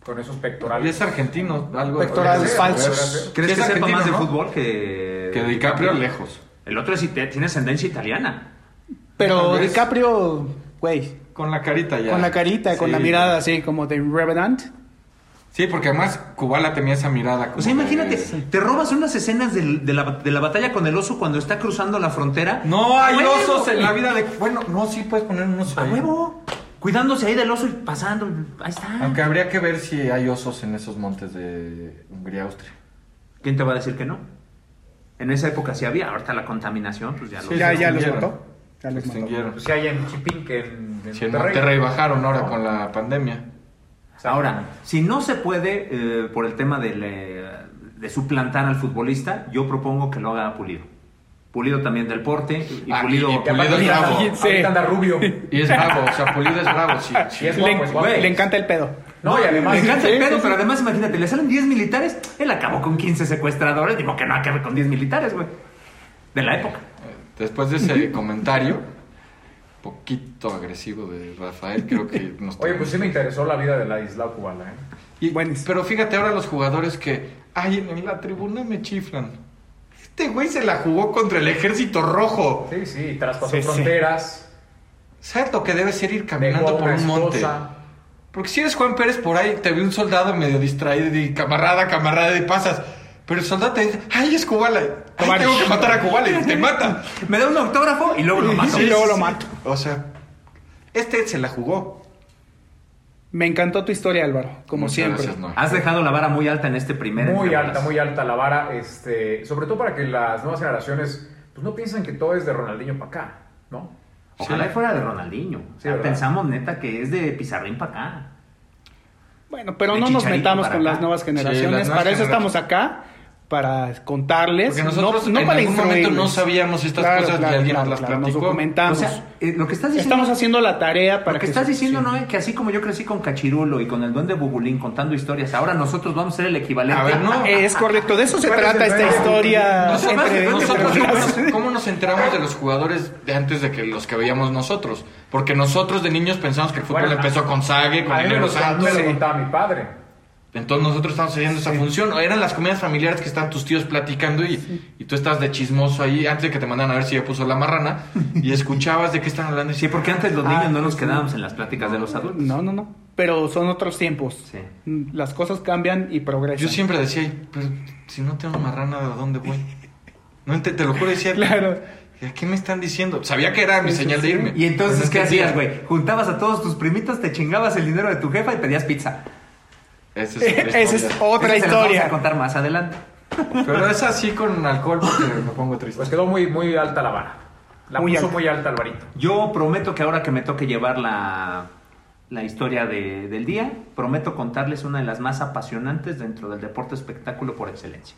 [SPEAKER 3] con esos
[SPEAKER 8] Y
[SPEAKER 3] pectorales.
[SPEAKER 8] es argentino, algo
[SPEAKER 5] Pectorales
[SPEAKER 8] podría ser,
[SPEAKER 5] falsos.
[SPEAKER 8] podría ser.
[SPEAKER 9] ¿Crees
[SPEAKER 8] Sí,
[SPEAKER 9] que
[SPEAKER 8] es
[SPEAKER 9] sepa
[SPEAKER 8] argentino,
[SPEAKER 9] más de
[SPEAKER 8] ¿no?
[SPEAKER 9] fútbol que.
[SPEAKER 8] Que DiCaprio lejos.
[SPEAKER 9] El otro es, ite- tiene ascendencia italiana.
[SPEAKER 5] Pero
[SPEAKER 8] Tal vez.
[SPEAKER 5] DiCaprio, güey,
[SPEAKER 8] Con la carita ya.
[SPEAKER 5] con la carita, con
[SPEAKER 8] Sí.
[SPEAKER 5] la mirada así como de Revenant.
[SPEAKER 8] Sí, porque además Kubala tenía esa mirada. como
[SPEAKER 9] O sea, imagínate,
[SPEAKER 8] de-
[SPEAKER 9] te robas unas escenas del- de, la, de la batalla con el oso cuando está cruzando la frontera.
[SPEAKER 8] No hay
[SPEAKER 9] ¡Huevo!
[SPEAKER 8] osos en la vida de. Bueno, no, sí puedes poner un oso
[SPEAKER 9] ¡A
[SPEAKER 8] ahí.
[SPEAKER 9] huevo! Cuidándose ahí del oso y pasando. Ahí está.
[SPEAKER 8] Aunque habría que ver si hay osos en esos montes de Hungría, Austria.
[SPEAKER 9] ¿Quién te va a decir que no? En esa época sí había, ahorita la contaminación, pues ya lo
[SPEAKER 8] Sí,
[SPEAKER 5] ya,
[SPEAKER 8] se
[SPEAKER 5] ya los
[SPEAKER 8] extinguieron.
[SPEAKER 5] mató. Ya
[SPEAKER 8] Se
[SPEAKER 5] los mató.
[SPEAKER 8] extinguieron.
[SPEAKER 3] Pues sí hay en Chipinque, en, en
[SPEAKER 8] Si en Monterrey bajaron ahora con la pandemia.
[SPEAKER 9] Ahora, si no se puede eh, por el tema del, eh, de suplantar al futbolista, yo propongo que lo haga Pulido. Pulido también del porte y
[SPEAKER 8] Ah,
[SPEAKER 9] Pulido.
[SPEAKER 8] y- y
[SPEAKER 9] Pulido-
[SPEAKER 8] Pulido es bravo.
[SPEAKER 5] Sí.
[SPEAKER 3] Ahorita anda Rubio.
[SPEAKER 8] Y es bravo, o sea, Pulido es bravo. Sí, sí.
[SPEAKER 3] Y es guapo, es guapo.
[SPEAKER 5] Le, le encanta el pedo.
[SPEAKER 3] No, y además...
[SPEAKER 9] Le encanta el
[SPEAKER 5] sí,
[SPEAKER 9] pedo,
[SPEAKER 5] sí,
[SPEAKER 9] pero además imagínate, le salen 10 militares, él acabó con 15 secuestradores, digo que no acabe con 10 militares, güey. De la época.
[SPEAKER 8] Después de ese comentario, poquito agresivo de Rafael, creo que nos
[SPEAKER 3] Oye, pues sí me interesó la vida de Ladislao Kubala, ¿eh?
[SPEAKER 8] Y-
[SPEAKER 5] Buenísimo.
[SPEAKER 8] Pero fíjate ahora los jugadores que, ay, en, en la tribuna me chiflan. Este güey se la jugó contra el ejército rojo.
[SPEAKER 3] Sí, sí, traspasó
[SPEAKER 5] Sí, sí.
[SPEAKER 3] fronteras,
[SPEAKER 8] ¿Sabes lo que debe ser ir
[SPEAKER 3] dejó a
[SPEAKER 8] caminando por
[SPEAKER 3] una
[SPEAKER 8] un monte?
[SPEAKER 3] esposa.
[SPEAKER 8] Porque si eres Juan Pérez por ahí, te ve un soldado medio distraído y camarada, camarada, y pasas. Pero el soldado te dice, ay, es Kubala. Ay,
[SPEAKER 5] Cobarde.
[SPEAKER 8] tengo que matar a Kubala y te mata.
[SPEAKER 9] Me da un autógrafo y luego lo mato.
[SPEAKER 5] Sí, luego lo mato.
[SPEAKER 8] O sea, este se la jugó.
[SPEAKER 5] Me encantó tu historia, Álvaro, como
[SPEAKER 8] Muchas
[SPEAKER 5] siempre.
[SPEAKER 8] gracias, Noé.
[SPEAKER 9] Has dejado la vara muy alta en este primer
[SPEAKER 3] Muy
[SPEAKER 9] entrebolas.
[SPEAKER 3] alta, muy alta la vara, este, sobre todo para que las nuevas generaciones pues no piensen que todo es de Ronaldinho para acá, ¿no?
[SPEAKER 9] Ojalá
[SPEAKER 8] Sí.
[SPEAKER 9] y fuera de Ronaldinho. O sea,
[SPEAKER 3] ¿verdad?
[SPEAKER 9] pensamos neta que es de Pizarrín para acá.
[SPEAKER 5] Bueno, pero
[SPEAKER 9] De
[SPEAKER 5] no nos
[SPEAKER 9] Chicharito
[SPEAKER 5] metamos
[SPEAKER 9] para
[SPEAKER 5] con
[SPEAKER 9] acá.
[SPEAKER 5] las nuevas
[SPEAKER 8] las
[SPEAKER 5] generaciones.
[SPEAKER 8] nuevas
[SPEAKER 5] para eso estamos
[SPEAKER 8] generaciones.
[SPEAKER 5] acá, para contarles.
[SPEAKER 8] Porque nosotros en algún momento no sabíamos estas cosas y alguien nos las platicó.
[SPEAKER 5] Nos documentamos.
[SPEAKER 9] O sea, eh, lo que estás diciendo,
[SPEAKER 5] estamos haciendo la tarea para
[SPEAKER 9] lo que estás
[SPEAKER 5] se-
[SPEAKER 9] diciendo
[SPEAKER 5] sí.
[SPEAKER 9] no es que así como yo crecí con Cachirulo y con el duende Bubulín contando historias, ahora nosotros vamos a ser el equivalente.
[SPEAKER 8] A ver, no.
[SPEAKER 5] Es correcto, de eso se
[SPEAKER 3] ¿Cuál es
[SPEAKER 5] trata
[SPEAKER 3] el
[SPEAKER 5] esta
[SPEAKER 3] dueño?
[SPEAKER 5] historia.
[SPEAKER 8] Nosotros-
[SPEAKER 5] entre- entre
[SPEAKER 8] nosotros,
[SPEAKER 5] personas.
[SPEAKER 8] ¿cómo, nos, cómo nos enteramos de los jugadores de antes de que los que veíamos nosotros? Porque nosotros de niños pensamos que el fútbol
[SPEAKER 3] Bueno,
[SPEAKER 8] empezó con Sague, con
[SPEAKER 3] A mí me
[SPEAKER 8] Dinero
[SPEAKER 3] lo, a mí
[SPEAKER 8] Santos.
[SPEAKER 3] me lo
[SPEAKER 8] Sí.
[SPEAKER 3] contaba mi padre.
[SPEAKER 8] Entonces nosotros estamos haciendo esa función. O eran las comidas familiares que están tus tíos platicando y, y tú estás de chismoso ahí antes de que te mandan a ver si ya puso la marrana y escuchabas de qué están hablando. Y
[SPEAKER 9] Sí, porque antes los
[SPEAKER 5] Ah,
[SPEAKER 9] niños no nos
[SPEAKER 5] sí.
[SPEAKER 9] quedábamos en las pláticas de los adultos.
[SPEAKER 5] No, no, no. Pero son otros tiempos.
[SPEAKER 9] Sí.
[SPEAKER 5] Mm, Las cosas cambian y progresan.
[SPEAKER 8] Yo siempre decía, "Ay, pero si no tengo marrana, ¿de dónde voy? No, te, te lo juro, decía,
[SPEAKER 5] Claro.
[SPEAKER 8] "¿Y a ¿qué me están diciendo? Sabía que era mi señal de irme.
[SPEAKER 9] ¿Y
[SPEAKER 8] Pero
[SPEAKER 9] entonces
[SPEAKER 8] no
[SPEAKER 9] qué
[SPEAKER 8] entendía.
[SPEAKER 9] hacías, güey? Juntabas a todos tus primitos, te chingabas el dinero de tu jefa y pedías pizza.
[SPEAKER 8] Esa es otra
[SPEAKER 5] Esa es
[SPEAKER 8] historia.
[SPEAKER 5] otra
[SPEAKER 9] Esa se las Vamos a
[SPEAKER 5] historia.
[SPEAKER 9] contar más adelante.
[SPEAKER 8] Pero es así con alcohol porque me pongo triste.
[SPEAKER 3] Pues quedó muy, muy alta la vara. La
[SPEAKER 5] Muy
[SPEAKER 3] puso
[SPEAKER 5] alta.
[SPEAKER 3] muy alta Alvarito.
[SPEAKER 9] Yo prometo que ahora que me toque llevar la, la historia de- del día, prometo contarles una de las más apasionantes dentro del deporte espectáculo por excelencia.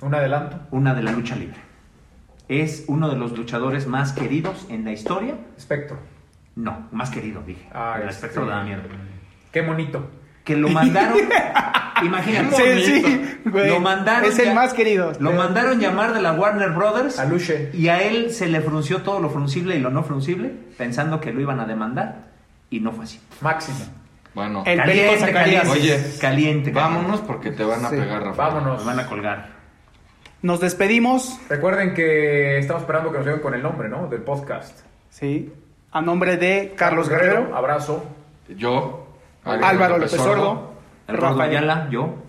[SPEAKER 3] Un adelanto.
[SPEAKER 9] Una de la lucha libre. Es uno de los luchadores más queridos en la historia.
[SPEAKER 3] Espectro.
[SPEAKER 9] No, más querido, dije.
[SPEAKER 3] Ah,
[SPEAKER 9] el
[SPEAKER 3] este.
[SPEAKER 9] espectro de la mierda.
[SPEAKER 3] Qué bonito.
[SPEAKER 9] Que lo mandaron. imagínate.
[SPEAKER 5] Sí, sí, güey.
[SPEAKER 9] Lo mandaron.
[SPEAKER 5] Es el
[SPEAKER 9] ya-
[SPEAKER 5] más querido.
[SPEAKER 9] Lo mandaron llamar de la Warner Brothers.
[SPEAKER 3] A Luche.
[SPEAKER 9] Y a él se le frunció todo lo fruncible y lo no fruncible, pensando que lo iban a demandar. Y no fue así.
[SPEAKER 3] Máximo.
[SPEAKER 8] Bueno,
[SPEAKER 5] El perico Zacarías.
[SPEAKER 9] caliente,
[SPEAKER 8] Oye,
[SPEAKER 9] caliente, caliente.
[SPEAKER 8] vámonos porque te van a
[SPEAKER 5] Sí.
[SPEAKER 8] pegar, Rafael.
[SPEAKER 9] Nos
[SPEAKER 3] Vámonos.
[SPEAKER 9] van a colgar.
[SPEAKER 5] Nos despedimos.
[SPEAKER 3] Recuerden que estamos esperando que nos lleguen con el nombre, ¿no? Del podcast.
[SPEAKER 5] Sí. A nombre de Carlos Guerrero,
[SPEAKER 3] Abrazo.
[SPEAKER 8] Yo,
[SPEAKER 5] Álvaro López Sordo,
[SPEAKER 9] El gordo
[SPEAKER 5] Rafael.
[SPEAKER 9] Ayala, yo.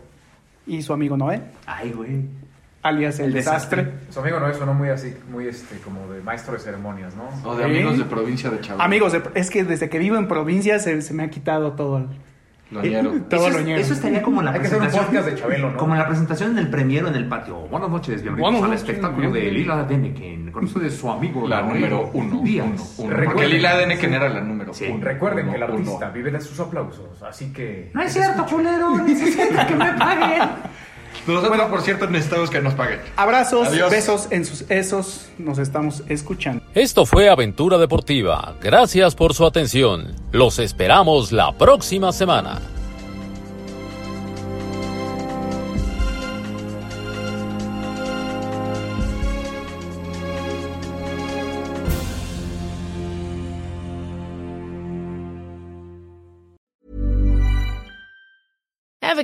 [SPEAKER 5] y su amigo Noé,
[SPEAKER 9] Ay, güey.
[SPEAKER 5] alias El,
[SPEAKER 9] El
[SPEAKER 5] Desastre.
[SPEAKER 9] Desastre.
[SPEAKER 3] Su amigo Noé sonó muy así, muy este, como de maestro de ceremonias, ¿no?
[SPEAKER 8] O de
[SPEAKER 5] Sí.
[SPEAKER 8] amigos de provincia de Chabón.
[SPEAKER 5] Amigos, de- es que desde que vivo en provincia se, se me ha quitado todo el...
[SPEAKER 8] Loñero.
[SPEAKER 5] Todo
[SPEAKER 9] eso, es-
[SPEAKER 5] roñero.
[SPEAKER 9] eso estaría como en la
[SPEAKER 3] Hay que hacer un
[SPEAKER 9] presentación.
[SPEAKER 3] podcast de Chabelo, ¿no?
[SPEAKER 9] Como en la presentación en el premiero en el patio. Buenas noches, bienvenidos
[SPEAKER 5] Buenas
[SPEAKER 9] al
[SPEAKER 5] noches,
[SPEAKER 9] espectáculo de Lila Denneken. Con ustedes su amigo.
[SPEAKER 8] La
[SPEAKER 9] Raúl
[SPEAKER 8] número uno.
[SPEAKER 9] Díaz.
[SPEAKER 8] uno, uno. Porque
[SPEAKER 3] Recuerden-
[SPEAKER 8] Lila Deneken era la número
[SPEAKER 9] Sí.
[SPEAKER 8] uno.
[SPEAKER 3] Recuerden
[SPEAKER 8] uno,
[SPEAKER 3] que el artista
[SPEAKER 8] uno.
[SPEAKER 3] vive de sus aplausos, así que...
[SPEAKER 9] No es cierto, culero. Necesito que me paguen.
[SPEAKER 8] Nosotros, por cierto, necesitamos que nos paguen.
[SPEAKER 5] Abrazos,
[SPEAKER 8] Adiós.
[SPEAKER 5] besos en sus esos. Nos estamos escuchando.
[SPEAKER 1] Esto fue Aventura Deportiva. Gracias por su atención. Los esperamos la próxima semana.
[SPEAKER 7] Ever